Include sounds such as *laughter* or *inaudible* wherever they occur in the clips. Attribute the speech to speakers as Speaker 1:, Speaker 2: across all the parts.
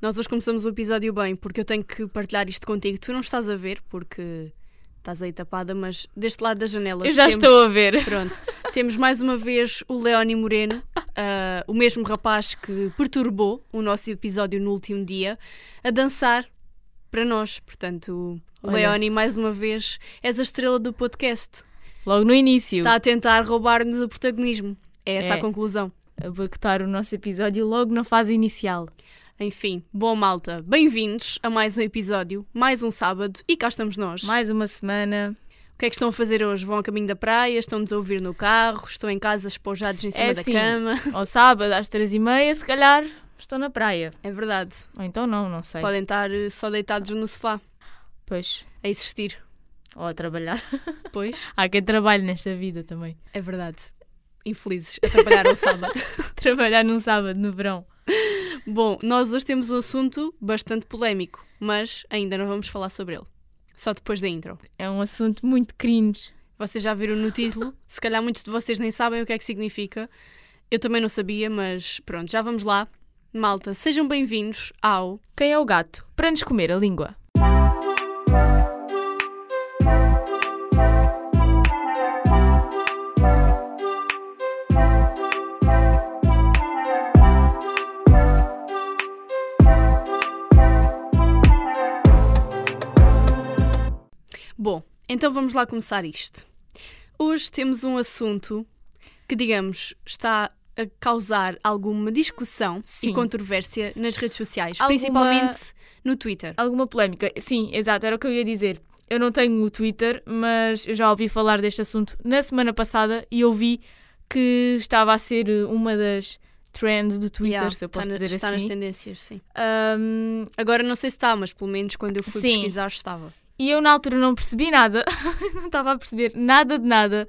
Speaker 1: Nós hoje começamos o episódio bem, porque eu tenho que partilhar isto contigo. Tu não estás a ver, porque estás aí tapada, mas deste lado da janela.
Speaker 2: Eu já
Speaker 1: temos-
Speaker 2: estou a ver.
Speaker 1: Pronto, temos mais uma vez o Leoni Moreno, ah, o mesmo rapaz que perturbou o nosso episódio no último dia, a dançar para nós. Portanto,
Speaker 2: Olha.
Speaker 1: Leoni, mais uma vez, és a estrela do podcast.
Speaker 2: Logo no início,
Speaker 1: Está a tentar roubar-nos o protagonismo. É essa a
Speaker 2: É.
Speaker 1: conclusão.
Speaker 2: a boicotar o nosso episódio logo na fase inicial.
Speaker 1: Enfim, boa malta, bem-vindos a mais um episódio, mais um sábado e cá estamos nós.
Speaker 2: Mais uma semana.
Speaker 1: O que é que estão a fazer hoje? Vão a caminho da praia? Estão-nos a ouvir no carro? Estão em casa espojados em cima da
Speaker 2: assim.
Speaker 1: cama?
Speaker 2: Ao sábado, às três e meia, se calhar, estou na praia.
Speaker 1: É verdade.
Speaker 2: Ou então não, não sei.
Speaker 1: Podem estar eh, só deitados no sofá
Speaker 2: Pois.
Speaker 1: a existir.
Speaker 2: Ou a trabalhar. *laughs*
Speaker 1: Pois,
Speaker 2: Há quem trabalhe nesta vida também. *laughs*
Speaker 1: é verdade. Infelizes, atrapalharam o sábado. *laughs*
Speaker 2: Trabalhar num sábado, no verão.
Speaker 1: Bom, nós hoje temos um assunto bastante polémico, mas ainda não vamos falar sobre ele. Só depois da intro.
Speaker 2: É um assunto muito cringe.
Speaker 1: Vocês já viram no título, se calhar muitos de vocês nem sabem o que é que significa. Eu também não sabia, mas pronto, já vamos lá. Malta, sejam bem-vindos ao.
Speaker 2: Quem é o gato? Para nos comer a língua.
Speaker 1: Bom, então vamos lá começar isto. Hoje temos um assunto que, digamos, está a causar alguma discussão e
Speaker 2: Sim.
Speaker 1: controvérsia nas redes sociais,
Speaker 2: Alguma-
Speaker 1: principalmente no Twitter.
Speaker 2: Alguma polémica? Sim, exato, era o que eu ia dizer. Eu não tenho o Twitter, mas eu já ouvi falar deste assunto na semana passada e ouvi que estava a ser eh, uma das trends do Twitter,
Speaker 1: Yeah,
Speaker 2: se eu posso
Speaker 1: está na-
Speaker 2: dizer
Speaker 1: está
Speaker 2: assim.
Speaker 1: nas tendências, sim.
Speaker 2: Ahm,
Speaker 1: Agora não sei se está, mas pelo menos quando eu fui
Speaker 2: Sim.
Speaker 1: pesquisar estava.
Speaker 2: e eu na altura não percebi nada, *laughs* não estava a perceber nada de nada,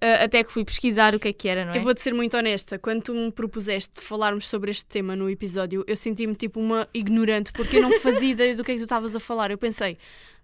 Speaker 2: ah, até que fui pesquisar o que é que era, não é?
Speaker 1: Eu vou-te ser muito honesta, quando tu me propuseste falarmos sobre este tema no episódio, eu senti-me tipo uma ignorante, porque
Speaker 2: *laughs*
Speaker 1: eu não fazia ideia do que é que tu estavas a falar. Eu pensei,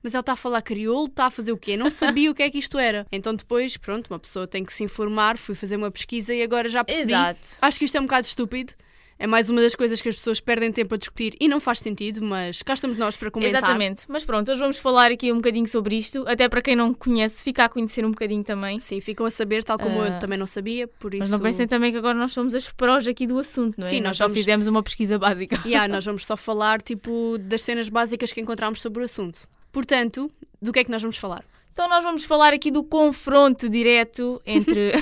Speaker 1: mas ela está a falar crioulo, está a fazer o quê? Eu não sabia o que é que isto era. Então depois, pronto, uma pessoa tem que se informar, fui fazer uma pesquisa e agora já percebi.
Speaker 2: Exato.
Speaker 1: Acho que isto é um bocado estúpido. É mais uma das coisas que as pessoas perdem tempo a discutir e não faz sentido, mas cá estamos nós para comentar.
Speaker 2: Exatamente, mas pronto, hoje vamos falar aqui um bocadinho sobre isto, até para quem não conhece, fica a conhecer um bocadinho também.
Speaker 1: Sim, ficam a saber, tal como eu
Speaker 2: Ah,
Speaker 1: também não sabia, por isso...
Speaker 2: Mas não pensem também que agora nós somos as prós aqui do assunto, não é?
Speaker 1: Sim, nós
Speaker 2: nós só
Speaker 1: vamos-
Speaker 2: fizemos uma pesquisa básica.
Speaker 1: *laughs* Yeah, nós vamos só falar tipo das cenas básicas que encontramos sobre o assunto. Portanto, do que é que nós vamos falar?
Speaker 2: *laughs* Então nós vamos falar aqui do confronto direto *laughs* entre,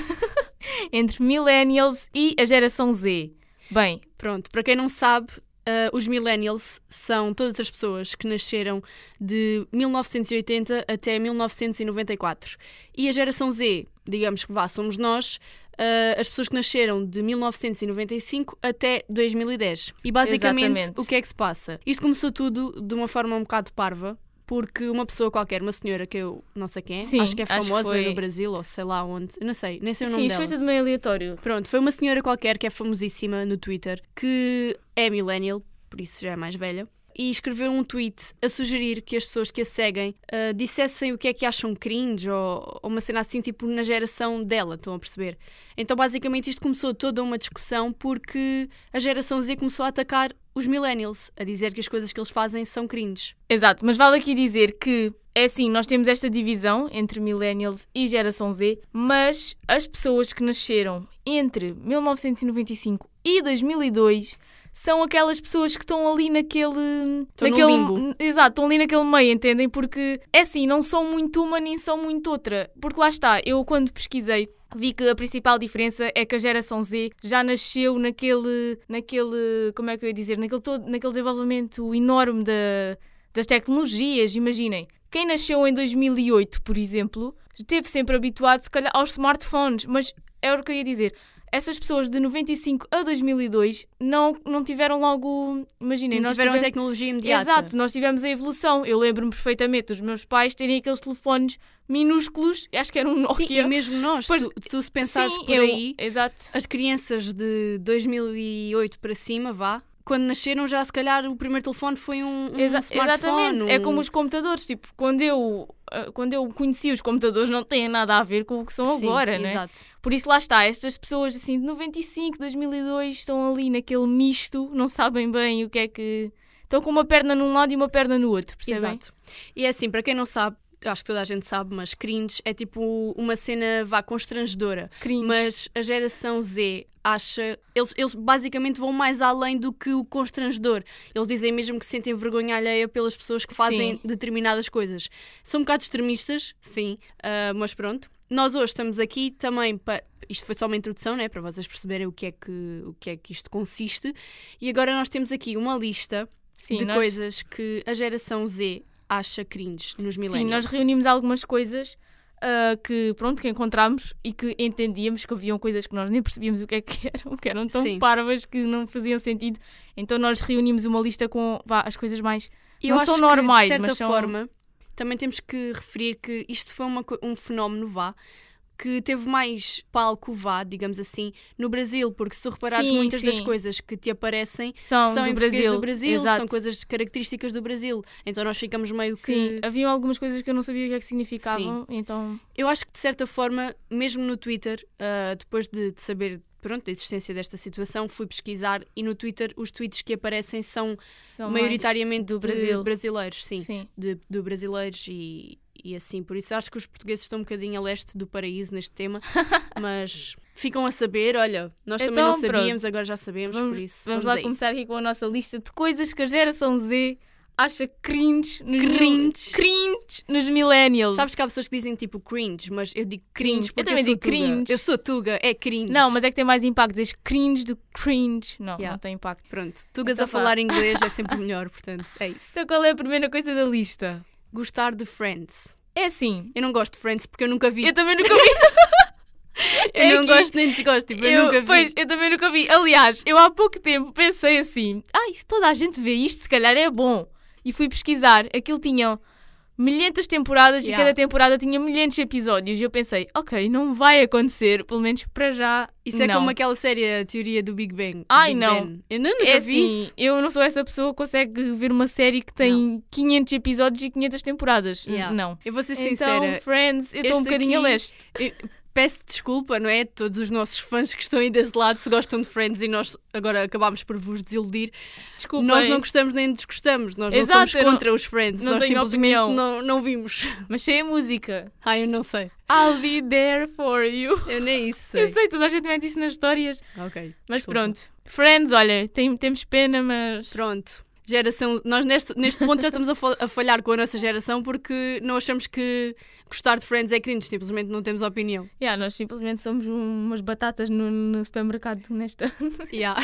Speaker 2: entre millennials e a geração Z. Bem,
Speaker 1: Pronto, para quem não sabe, ah, os millennials são todas as pessoas que nasceram de 1980 até 1994. E a geração Z, digamos que vá, somos nós, ah, as pessoas que nasceram de 1995 até 2010. E basicamente,
Speaker 2: Exatamente.
Speaker 1: o que é que se passa? Isto começou tudo de uma forma um bocado parva. Porque uma pessoa qualquer, uma senhora que eu não sei quem é,
Speaker 2: Sim,
Speaker 1: acho que é
Speaker 2: acho que
Speaker 1: famosa
Speaker 2: foi-
Speaker 1: no Brasil ou sei lá onde, eu não sei, nem sei o nome
Speaker 2: sim, isto
Speaker 1: dela.
Speaker 2: foi tudo meio aleatório.
Speaker 1: Pronto, foi uma senhora qualquer que é famosíssima no Twitter, que é millennial, por isso já é mais velha, e escreveu um tweet a sugerir que as pessoas que a seguem ah, dissessem o que é que acham cringe ou, ou uma cena assim, tipo na geração dela, estão a perceber? Então, basicamente, isto começou toda uma discussão porque a geração Z começou a atacar os millennials, a dizer que as coisas que eles fazem são cringe.
Speaker 2: Exato, mas vale aqui dizer que é assim, nós temos esta divisão entre millennials e geração Z, mas as pessoas que nasceram entre 1995 e 2002 são aquelas pessoas que estão ali naquele
Speaker 1: Estão no
Speaker 2: naquele
Speaker 1: limbo.
Speaker 2: exato, estão ali naquele meio, entendem? Porque é assim, não são muito uma nem são muito outra, porque lá está, eu quando pesquisei Vi que a principal diferença é que a geração Z já nasceu naquele, naquele como é que eu ia dizer, naquele, todo, naquele desenvolvimento enorme da, das tecnologias. Imaginem, quem nasceu em 2008, por exemplo, esteve sempre habituado, se calhar, aos smartphones. Mas é o que eu ia dizer. Essas pessoas de 95 a 2002 não, não tiveram logo. Imaginem,
Speaker 1: Não
Speaker 2: nós
Speaker 1: tiveram a
Speaker 2: tivemos-
Speaker 1: tecnologia imediata.
Speaker 2: Exato, nós tivemos a evolução. Eu lembro-me perfeitamente dos meus pais terem aqueles telefones minúsculos, acho que era um
Speaker 1: Sim,
Speaker 2: Nokia.
Speaker 1: e mesmo nós,
Speaker 2: Pois-
Speaker 1: tu, tu se pensares
Speaker 2: Sim,
Speaker 1: por
Speaker 2: eu-
Speaker 1: aí...
Speaker 2: Exato.
Speaker 1: As crianças de 2008 para cima, vá, quando nasceram já se calhar o primeiro telefone foi um, um
Speaker 2: Exa-
Speaker 1: smartphone.
Speaker 2: Uhum, exatamente, é
Speaker 1: um-
Speaker 2: como os computadores. Tipo, quando eu, ah, quando eu conheci os computadores, não têm nada a ver com o que são
Speaker 1: um- Sim,
Speaker 2: agora, né?
Speaker 1: Exato.
Speaker 2: Por isso, lá está, estas pessoas assim de 95, 2002 estão ali naquele misto, não sabem bem o que é que estão com uma perna num lado e uma perna no outro, percebem?
Speaker 1: Exato. E é assim, para quem não sabe, eu acho que toda a gente sabe, mas cringe é tipo uma cena vá constrangedora.
Speaker 2: Cringe.
Speaker 1: Mas a geração Z acha. Eles, eles basicamente vão mais além do que o constrangedor. Eles dizem mesmo que sentem vergonha alheia pelas pessoas que fazem
Speaker 2: Sim.
Speaker 1: determinadas coisas. São um bocado extremistas, sim, ah, mas pronto. Nós hoje estamos aqui também para. Isto foi só uma introdução, né? Para vocês perceberem o que, é que, o que é que isto consiste. E agora nós temos aqui uma lista
Speaker 2: Sim,
Speaker 1: de
Speaker 2: nós-
Speaker 1: coisas que a geração Z acha cringe nos
Speaker 2: Sim, nós
Speaker 1: millennials.
Speaker 2: reunimos algumas coisas ah, que, pronto, que encontramos e que entendíamos que haviam coisas que nós nem percebíamos o que é que *laughs* eram, que eram tão
Speaker 1: Sim.
Speaker 2: parvas que não faziam sentido. Então nós reunimos uma lista com vá, as coisas mais...
Speaker 1: E eu
Speaker 2: não
Speaker 1: acho
Speaker 2: são
Speaker 1: que,
Speaker 2: normais,
Speaker 1: de certa
Speaker 2: mas são-
Speaker 1: forma, também temos que referir que isto foi uma co- um fenómeno vá que teve mais palco vá, digamos assim, no Brasil, porque se tu reparares
Speaker 2: Sim,
Speaker 1: muitas das
Speaker 2: sim.
Speaker 1: coisas que te aparecem
Speaker 2: São,
Speaker 1: são
Speaker 2: do
Speaker 1: em português
Speaker 2: Brasil.
Speaker 1: do Brasil,
Speaker 2: Exato.
Speaker 1: são coisas características do Brasil. Então nós ficamos meio
Speaker 2: Sim,
Speaker 1: que
Speaker 2: haviam algumas coisas que eu não sabia o que é que significavam, então...
Speaker 1: Eu acho que de certa forma, mesmo no Twitter, ah, depois de, de saber pronto, da existência desta situação, fui pesquisar e no Twitter os tweets que aparecem são
Speaker 2: são mais
Speaker 1: maioritariamente
Speaker 2: do
Speaker 1: de
Speaker 2: Brasil.
Speaker 1: brasileiros, sim,
Speaker 2: Sim.
Speaker 1: De, de brasileiros e, e assim. Por isso acho que os portugueses estão um bocadinho a leste do paraíso neste
Speaker 2: *laughs*
Speaker 1: tema, mas ficam a saber. Olha, nós também
Speaker 2: Então,
Speaker 1: não sabíamos, agora já sabemos,
Speaker 2: Vamos,
Speaker 1: por isso.
Speaker 2: vamos lá
Speaker 1: a
Speaker 2: começar
Speaker 1: Isso.
Speaker 2: aqui com a nossa lista de coisas que a geração Z acha cringe nos, mil-
Speaker 1: Cringe.
Speaker 2: cringe nos millennials.
Speaker 1: Sabes que há pessoas que dizem tipo cringe, mas eu digo cringe
Speaker 2: Eu
Speaker 1: porque
Speaker 2: também
Speaker 1: sou
Speaker 2: digo
Speaker 1: tuga.
Speaker 2: cringe.
Speaker 1: Eu sou tuga, é cringe.
Speaker 2: Não, mas é que tem mais impacto. Diz cringe do cringe. Não,
Speaker 1: Yeah.
Speaker 2: não tem impacto.
Speaker 1: Pronto, tugas
Speaker 2: Então
Speaker 1: a
Speaker 2: vá.
Speaker 1: falar inglês é *laughs* sempre melhor, portanto, é isso.
Speaker 2: Então qual é a primeira coisa da lista?
Speaker 1: Gostar de Friends.
Speaker 2: É assim.
Speaker 1: Eu não gosto de Friends porque eu nunca vi.
Speaker 2: Eu também nunca vi.
Speaker 1: *laughs* Eu
Speaker 2: é
Speaker 1: não
Speaker 2: que
Speaker 1: gosto nem desgosto, tipo, eu, nunca vi.
Speaker 2: Pois, eu também nunca vi. Aliás, eu há pouco tempo pensei assim: ai, toda a gente vê isto, se calhar é bom. E fui pesquisar. Aquilo tinha milhentas temporadas
Speaker 1: Yeah.
Speaker 2: e cada temporada tinha milhentos episódios. E eu pensei: ok, não vai acontecer, pelo menos para já.
Speaker 1: Isso
Speaker 2: não.
Speaker 1: é como aquela série, a teoria do Big Bang.
Speaker 2: Ai,
Speaker 1: Big
Speaker 2: não.
Speaker 1: Bang. Eu não, nunca
Speaker 2: É
Speaker 1: vi
Speaker 2: assim,
Speaker 1: isso.
Speaker 2: eu não sou essa pessoa que consegue ver uma série que tem 500 episódios e 500 temporadas.
Speaker 1: Yeah.
Speaker 2: N- Não.
Speaker 1: Eu vou ser
Speaker 2: Então,
Speaker 1: sincera,
Speaker 2: Friends, eu estou um
Speaker 1: este
Speaker 2: bocadinho
Speaker 1: aqui-
Speaker 2: a leste.
Speaker 1: eu peço desculpa, não é? a Todos os nossos fãs que estão aí desse lado, se gostam de Friends e nós agora acabámos por vos desiludir.
Speaker 2: Desculpa.
Speaker 1: Nós
Speaker 2: hein?
Speaker 1: não gostamos nem desgostamos, nós
Speaker 2: Exato,
Speaker 1: não
Speaker 2: eu
Speaker 1: somos
Speaker 2: não-
Speaker 1: contra os Friends,
Speaker 2: não
Speaker 1: nós
Speaker 2: tenho
Speaker 1: simplesmente
Speaker 2: opinião.
Speaker 1: não, não vimos. *laughs*
Speaker 2: Mas sei a música.
Speaker 1: Ai, eu não sei.
Speaker 2: I'll be there for you.
Speaker 1: Eu nem isso
Speaker 2: Eu sei, toda a gente mete isso nas histórias.
Speaker 1: Ok.
Speaker 2: Mas
Speaker 1: desculpa.
Speaker 2: pronto. Friends, olha, tem- temos pena, mas.
Speaker 1: Pronto. Geração, nós neste, neste ponto já estamos a, fal- a falhar com a nossa geração porque não achamos que gostar de Friends é cringe, simplesmente não temos opinião.
Speaker 2: Yeah, nós simplesmente somos um- umas batatas no, no supermercado nesta. *laughs*
Speaker 1: Yeah.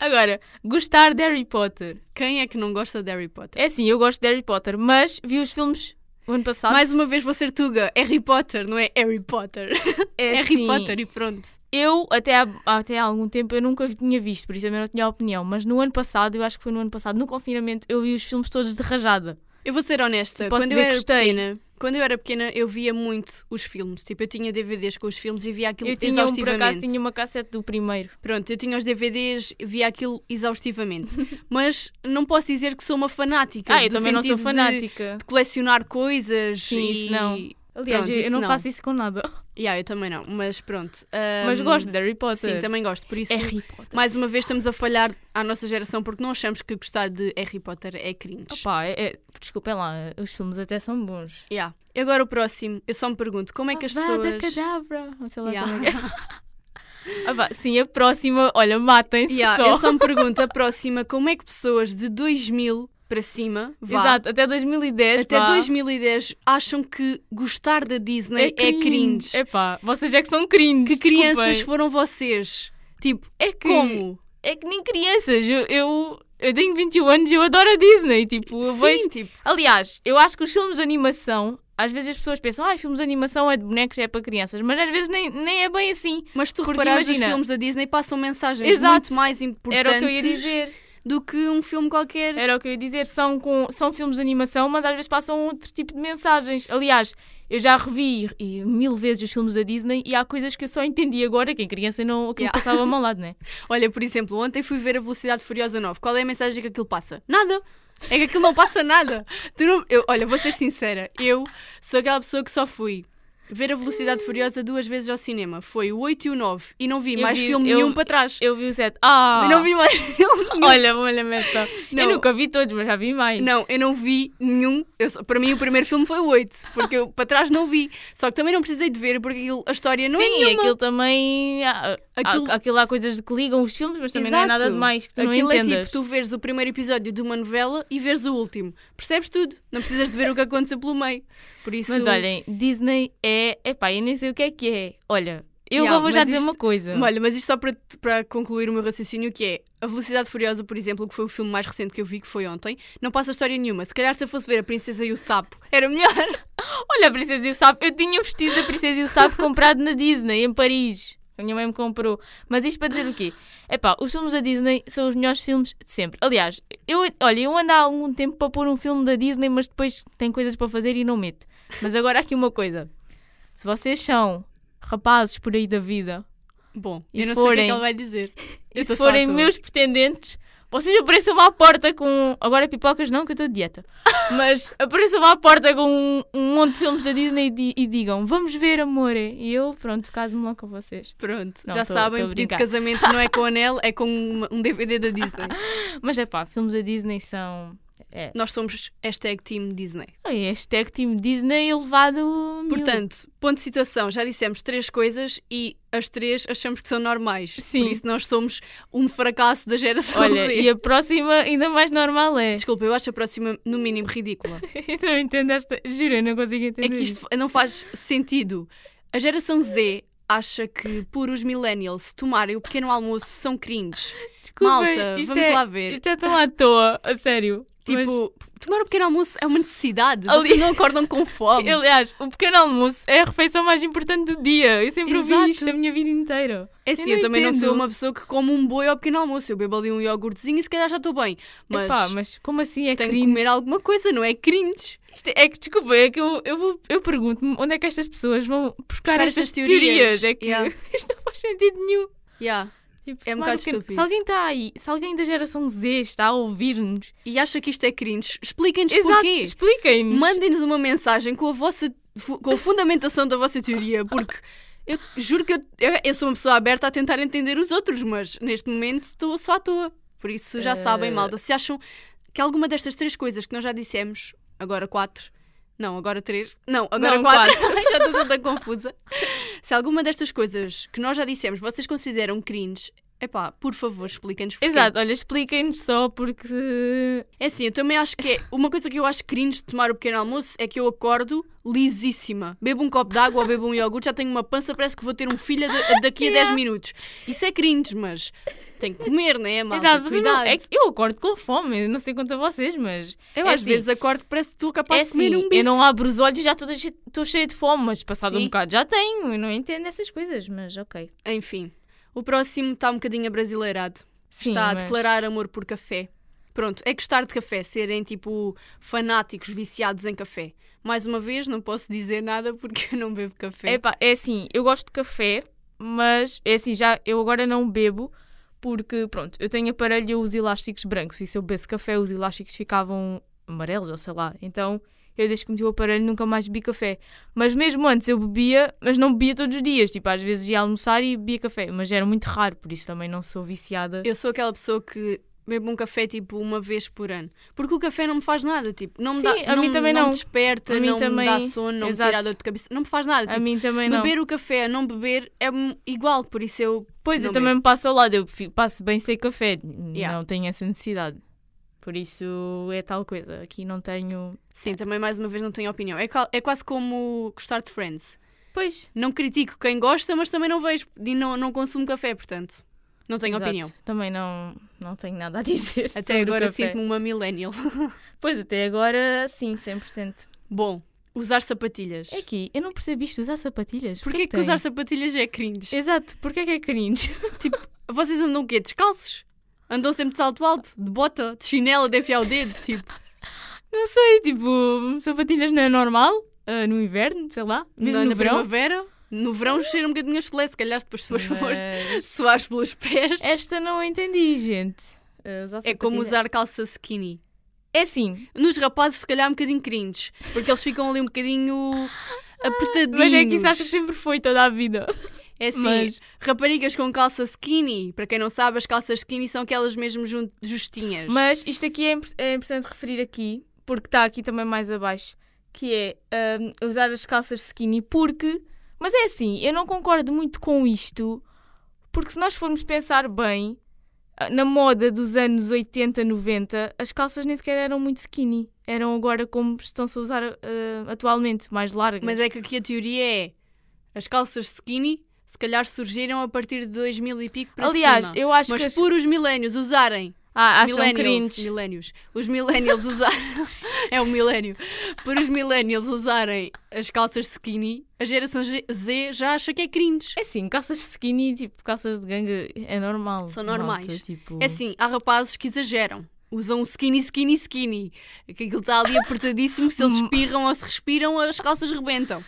Speaker 2: Agora, gostar de Harry Potter.
Speaker 1: Quem é que não gosta de Harry Potter?
Speaker 2: É assim, eu gosto de Harry Potter, mas vi os filmes o ano passado.
Speaker 1: Mais uma vez vou ser Tuga, Harry Potter, não é Harry Potter.
Speaker 2: é
Speaker 1: *laughs* Harry
Speaker 2: assim,
Speaker 1: Potter e pronto.
Speaker 2: Eu, até há, até há algum tempo, eu nunca tinha visto, por isso eu não tinha opinião. Mas no ano passado, eu acho que foi no ano passado, no confinamento, eu vi os filmes todos de rajada.
Speaker 1: Eu vou ser honesta,
Speaker 2: E posso
Speaker 1: quando eu
Speaker 2: dizer que
Speaker 1: era
Speaker 2: gostei.
Speaker 1: pequena, quando eu era pequena eu via muito os filmes, tipo eu tinha DVDs com os filmes e via aquilo
Speaker 2: Eu tinha, um, por
Speaker 1: exaustivamente.
Speaker 2: acaso, tinha uma cassete do primeiro.
Speaker 1: Pronto, eu tinha os DVDs, via aquilo exaustivamente. *laughs* Mas não posso dizer que sou uma fanática.
Speaker 2: Ah, eu
Speaker 1: do
Speaker 2: também não sou
Speaker 1: sentido de-
Speaker 2: fanática.
Speaker 1: de colecionar coisas
Speaker 2: Sim,
Speaker 1: e...
Speaker 2: isso não. Aliás,
Speaker 1: Pronto,
Speaker 2: eu,
Speaker 1: isso
Speaker 2: eu não,
Speaker 1: não.
Speaker 2: faço isso com nada.
Speaker 1: Yeah, eu também não, mas pronto.
Speaker 2: Mas
Speaker 1: Ahm,
Speaker 2: gosto de Harry Potter. É
Speaker 1: Sim, também gosto, por isso...
Speaker 2: Harry Potter.
Speaker 1: Mais uma vez estamos a falhar à nossa geração porque não achamos que gostar de Harry Potter é cringe.
Speaker 2: Opa, é, é, desculpem lá, os filmes até são bons.
Speaker 1: Yeah. E agora o próximo, eu só me pergunto como é que as
Speaker 2: Avada
Speaker 1: pessoas.
Speaker 2: Kedavra. Ou sei lá
Speaker 1: Yeah.
Speaker 2: *laughs* como é que *laughs* é. Opa, sim, a próxima, olha, matem-se
Speaker 1: Yeah,
Speaker 2: só.
Speaker 1: Eu só me pergunto a próxima como é que pessoas de 2000 para cima, vá,
Speaker 2: Exato, até 2010,
Speaker 1: até
Speaker 2: pá.
Speaker 1: 2010 acham que gostar da Disney é cringe.
Speaker 2: Epá, vocês é que são cringe.
Speaker 1: Que crianças
Speaker 2: desculpem.
Speaker 1: foram vocês? Tipo,
Speaker 2: É que,
Speaker 1: como?
Speaker 2: É que nem crianças. Eu, eu, eu tenho 21 anos e eu adoro a Disney. Tipo, eu
Speaker 1: Sim,
Speaker 2: vejo.
Speaker 1: tipo,
Speaker 2: Aliás, eu acho que os filmes de animação. Às vezes as pessoas pensam, ah, filmes de animação é de bonecos, é para crianças. Mas às vezes nem, nem é bem assim.
Speaker 1: mas tu
Speaker 2: Porque
Speaker 1: reparares os
Speaker 2: imagina-
Speaker 1: filmes da Disney passam mensagens
Speaker 2: Exato.
Speaker 1: muito mais importantes
Speaker 2: Era o que eu ia dizer.
Speaker 1: do que um filme qualquer.
Speaker 2: Era o que eu ia dizer. São, com, são filmes de animação, mas às vezes passam outro tipo de mensagens. Aliás, eu já revi e, mil vezes os filmes da Disney e há coisas que eu só entendi agora, que em criança não, que me
Speaker 1: Yeah.
Speaker 2: passava mal lado, né?
Speaker 1: Olha, por exemplo, ontem fui ver a Velocidade Furiosa 9. Qual é a mensagem que aquilo passa? Nada! É que
Speaker 2: *laughs*
Speaker 1: aquilo não passa nada. Tu não- eu- olha, vou ser sincera. Eu sou aquela pessoa que só fui ver a Velocidade Furiosa duas vezes ao cinema. Foi o 8 e o 9. *laughs* E não vi
Speaker 2: Eu
Speaker 1: mais
Speaker 2: vi-
Speaker 1: filme
Speaker 2: eu-
Speaker 1: nenhum para trás.
Speaker 2: Eu vi o 7. Ah!
Speaker 1: Eu não vi
Speaker 2: *laughs*
Speaker 1: mais filme nenhum.
Speaker 2: Olha, olha-me esta. Eu
Speaker 1: Não.
Speaker 2: nunca vi todos, mas já vi mais.
Speaker 1: Não, eu não vi nenhum. Eu só- para mim, o primeiro filme foi o 8, porque eu para trás não vi. Só que também não precisei de ver, porque aquilo- a história não
Speaker 2: Sim,
Speaker 1: é nenhuma.
Speaker 2: aquilo também. há- há- Aquilo...
Speaker 1: Aquilo-
Speaker 2: Há, coisas que ligam os filmes, mas também não é nada
Speaker 1: Exato.
Speaker 2: de mais que tu
Speaker 1: Aquilo
Speaker 2: não
Speaker 1: é
Speaker 2: entendas.
Speaker 1: tipo, tu veres o primeiro episódio de uma novela e veres o último. Percebes tudo. Não precisas de ver o que aconteceu pelo meio. Por isso...
Speaker 2: Mas olhem, Disney é. Epá, eu nem sei o que é que é. Olha, eu
Speaker 1: Yeah,
Speaker 2: agora vou já
Speaker 1: mas
Speaker 2: dizer
Speaker 1: isto-
Speaker 2: uma coisa.
Speaker 1: Olha, mas isto só para, para concluir o meu raciocínio, que é A Velocidade Furiosa, por exemplo, que foi o filme mais recente que eu vi, que foi ontem, não passa história nenhuma. Se calhar se eu fosse ver A Princesa e o Sapo, era melhor. *laughs*
Speaker 2: Olha, a Princesa e o Sapo. Eu tinha o vestido da Princesa e o Sapo comprado na Disney, em Paris. A minha mãe me comprou. Mas isto para dizer o quê? Epá, os filmes da Disney são os melhores filmes de sempre. Aliás, eu, olha, eu ando há algum tempo para pôr um filme da Disney, mas depois tenho coisas para fazer e não meto. Mas agora há aqui uma coisa. Se vocês são rapazes por aí da vida
Speaker 1: Bom,
Speaker 2: E
Speaker 1: eu não sei o que é
Speaker 2: forem-
Speaker 1: que ele vai dizer. Eu
Speaker 2: e se
Speaker 1: tô só à
Speaker 2: forem
Speaker 1: toa.
Speaker 2: meus pretendentes, vocês apareçam-me à porta com. Agora é pipocas não, que eu estou de *laughs* dieta. Mas apareçam-me à porta com um, um monte de filmes da Disney e, di- e digam: Vamos ver, amor. E eu, pronto, caso-me lá com vocês.
Speaker 1: Pronto,
Speaker 2: Não,
Speaker 1: já
Speaker 2: tô-
Speaker 1: sabem,
Speaker 2: tô a
Speaker 1: o pedido de
Speaker 2: brincar.
Speaker 1: casamento não
Speaker 2: *laughs*
Speaker 1: é com o anel, é com uma- um DVD da Disney.
Speaker 2: Mas é pá, filmes da Disney são. É.
Speaker 1: Nós somos hashtag Team Disney.
Speaker 2: Ai, é hashtag Team Disney elevado. a mil.
Speaker 1: Portanto, ponto de situação, já dissemos três coisas e as três achamos que são normais.
Speaker 2: Sim.
Speaker 1: Por isso nós somos um fracasso da geração
Speaker 2: Olha,
Speaker 1: Z.
Speaker 2: e é- a próxima ainda mais normal *laughs* é.
Speaker 1: Desculpa, eu acho a próxima no mínimo
Speaker 2: *laughs*
Speaker 1: ridícula.
Speaker 2: Eu não entendo Então, esta. Juro, eu não consigo entender.
Speaker 1: É que isto não faz sentido. A geração Z acha que por os millennials tomarem o pequeno almoço são cringe.
Speaker 2: Desculpem,
Speaker 1: Malta,
Speaker 2: isto
Speaker 1: vamos
Speaker 2: é-
Speaker 1: lá ver.
Speaker 2: Isto é tão à toa, a sério. Mas-
Speaker 1: Tipo, tomar o pequeno almoço é uma necessidade.
Speaker 2: Ali-
Speaker 1: Vocês não acordam com
Speaker 2: *laughs*
Speaker 1: fome.
Speaker 2: Aliás, o pequeno almoço é a refeição mais importante do dia. Eu sempre ouvi
Speaker 1: Exato.
Speaker 2: isto a minha vida inteira.
Speaker 1: É assim,
Speaker 2: Eu
Speaker 1: eu,
Speaker 2: não
Speaker 1: também não
Speaker 2: entendo.
Speaker 1: sou uma pessoa que come um boi ao pequeno almoço. Eu bebo ali um iogurtezinho e se calhar já estou bem. Mas,
Speaker 2: Mas, Epá, mas como assim é
Speaker 1: tenho
Speaker 2: cringe?
Speaker 1: que comer alguma coisa, não é cringe.
Speaker 2: Isto é- é que, desculpa, é que eu, eu, vou- eu pergunto-me onde é que estas pessoas vão buscar
Speaker 1: Buscar
Speaker 2: estas,
Speaker 1: estas
Speaker 2: teorias.
Speaker 1: teorias.
Speaker 2: É que
Speaker 1: Yeah.
Speaker 2: *laughs* isto não faz sentido nenhum.
Speaker 1: Yeah.
Speaker 2: Tipo,
Speaker 1: É um
Speaker 2: tomar
Speaker 1: bocado
Speaker 2: o pequeno-
Speaker 1: estúpido.
Speaker 2: Se alguém está aí, se alguém da geração Z está a ouvir-nos,
Speaker 1: E acha que isto é cringe? Expliquem-nos
Speaker 2: exato,
Speaker 1: porquê.
Speaker 2: expliquem-nos.
Speaker 1: Mandem-nos uma mensagem com a vossa fu- com a fundamentação da vossa teoria, porque eu juro que eu, eu- eu sou uma pessoa aberta a tentar entender os outros, mas neste momento estou só à toa. Por isso já sabem,
Speaker 2: Eh.
Speaker 1: malta, se acham que alguma destas três coisas que nós já dissemos, agora quatro, não, agora três, não, agora
Speaker 2: Não,
Speaker 1: quatro, *laughs* já estou toda confusa. Se alguma destas coisas que nós já dissemos vocês consideram cringe, epá, por favor, expliquem-nos porquê.
Speaker 2: Exato, olha, expliquem-nos só porque.
Speaker 1: É assim, eu também acho que é. Uma coisa que eu acho cringe de tomar o pequeno almoço é que eu acordo lisíssima. Bebo um copo de água ou bebo um iogurte, já tenho uma pança, parece que vou ter um filho da- daqui a 10 minutos. Isso é cringe, mas tenho que comer, não é, malta?
Speaker 2: Exato, vocês não,
Speaker 1: Cuidado.
Speaker 2: é que eu acordo com fome, eu não sei quanto a vocês, mas.
Speaker 1: Eu
Speaker 2: é
Speaker 1: às
Speaker 2: assim,
Speaker 1: vezes acordo, parece que estou capaz
Speaker 2: É
Speaker 1: de comer
Speaker 2: assim,
Speaker 1: um bife.
Speaker 2: eu não abro os olhos e já estou cheia- estou cheia de fome, mas passado um
Speaker 1: Sim.
Speaker 2: bocado já tenho. Eu não entendo essas coisas, mas ok.
Speaker 1: Enfim, o próximo está um bocadinho abrasileirado.
Speaker 2: Sim,
Speaker 1: está a
Speaker 2: mas-
Speaker 1: declarar amor por café. Pronto, é gostar de café, serem tipo fanáticos, viciados em café. Mais uma vez, não posso dizer nada porque *laughs* eu não bebo café.
Speaker 2: Epá, é assim, eu gosto de café, mas é assim, já eu agora não bebo porque, pronto, eu tenho aparelho e eu uso elásticos brancos e se eu bebesse café os elásticos ficavam amarelos ou sei lá. Então eu desde que meti o aparelho nunca mais bebi café. Mas mesmo antes eu bebia, mas não bebia todos os dias. Tipo, às vezes ia almoçar e bebia café, mas era muito raro, por isso também não sou viciada.
Speaker 1: Eu sou aquela pessoa que bebo um café tipo uma vez por ano. Porque o café não me faz nada, tipo, não me
Speaker 2: Sim,
Speaker 1: dá,
Speaker 2: a
Speaker 1: não,
Speaker 2: mim também não.
Speaker 1: me desperta,
Speaker 2: A mim
Speaker 1: não
Speaker 2: também,
Speaker 1: me dá sono, não me
Speaker 2: exato.
Speaker 1: tira a dor de cabeça, não me faz nada.
Speaker 2: A
Speaker 1: tipo,
Speaker 2: mim também não.
Speaker 1: beber o café a não beber é hum, igual, por isso eu
Speaker 2: Pois, eu
Speaker 1: Não
Speaker 2: também me passo ao lado, eu fi- passo bem sem café,
Speaker 1: Yeah.
Speaker 2: não tenho essa necessidade. Por isso é tal coisa, aqui não tenho.
Speaker 1: sim, também mais uma vez não tenho opinião. É, cal- é quase como gostar de Friends.
Speaker 2: Pois,
Speaker 1: Não critico quem gosta, mas também não vejo e não, não consumo café, portanto. Não tenho
Speaker 2: exato.
Speaker 1: opinião.
Speaker 2: Também não, não tenho nada a *laughs* dizer.
Speaker 1: Até
Speaker 2: sobre o
Speaker 1: agora
Speaker 2: café.
Speaker 1: sinto-me uma millennial. *laughs*
Speaker 2: Pois, até agora sim, 100%.
Speaker 1: Bom, usar sapatilhas.
Speaker 2: É Aqui, eu não percebi isto, usar sapatilhas.
Speaker 1: Porquê que,
Speaker 2: tem?
Speaker 1: usar sapatilhas é cringe?
Speaker 2: Exato, porquê que é cringe? *laughs*
Speaker 1: Tipo, vocês andam o quê? Descalços? Andam sempre de salto alto, de bota, de chinela, de enfiar o dedo, tipo.
Speaker 2: Não sei, tipo, sapatilhas não é normal? Ah, no inverno, sei lá, mesmo
Speaker 1: na
Speaker 2: no
Speaker 1: na
Speaker 2: verão. Hum.
Speaker 1: primavera, no verão cheira um bocadinho a chulé, se calhar depois depois
Speaker 2: é.
Speaker 1: fores
Speaker 2: Mas
Speaker 1: suares pelos pés.
Speaker 2: Esta não entendi, gente. Ah, usar
Speaker 1: É como
Speaker 2: sapatilha-
Speaker 1: usar calça skinny.
Speaker 2: É assim, *laughs*
Speaker 1: Nos rapazes, se calhar, um bocadinho cringe, porque eles ficam ali um bocadinho apertadinhos.
Speaker 2: Mas é que isso acho que sempre foi toda a vida.
Speaker 1: É assim,
Speaker 2: Mas-
Speaker 1: raparigas com calça skinny, para quem não sabe, as calças skinny são aquelas mesmo jun- justinhas.
Speaker 2: Mas isto aqui é, imp- é importante referir aqui, porque está aqui também mais abaixo, que é hum, usar as calças skinny porque... Mas é assim, eu não concordo muito com isto, porque se nós formos pensar bem, ah, na moda dos anos 80, 90, as calças nem sequer eram muito skinny. Eram agora como estão-se a usar ah, atualmente, mais largas.
Speaker 1: Mas é que aqui a teoria é, as calças skinny se calhar surgiram a partir de 2000 e pico para
Speaker 2: Aliás,
Speaker 1: cima.
Speaker 2: eu acho
Speaker 1: Mas
Speaker 2: que... as-
Speaker 1: por os milénios usarem,
Speaker 2: Ah, acham
Speaker 1: millennials,
Speaker 2: cringe.
Speaker 1: millennials, os millennials usarem, *laughs* é um milénio, por os millennials usarem as calças skinny, a geração G- Z já acha que é cringe.
Speaker 2: É assim, calças skinny, tipo, calças de ganga, é normal.
Speaker 1: São normais.
Speaker 2: malta, tipo...
Speaker 1: É assim, há rapazes que exageram. Usam um skinny, skinny, skinny. É Que aquilo está ali apertadíssimo. Se
Speaker 2: *laughs*
Speaker 1: eles espirram ou se respiram, as calças rebentam.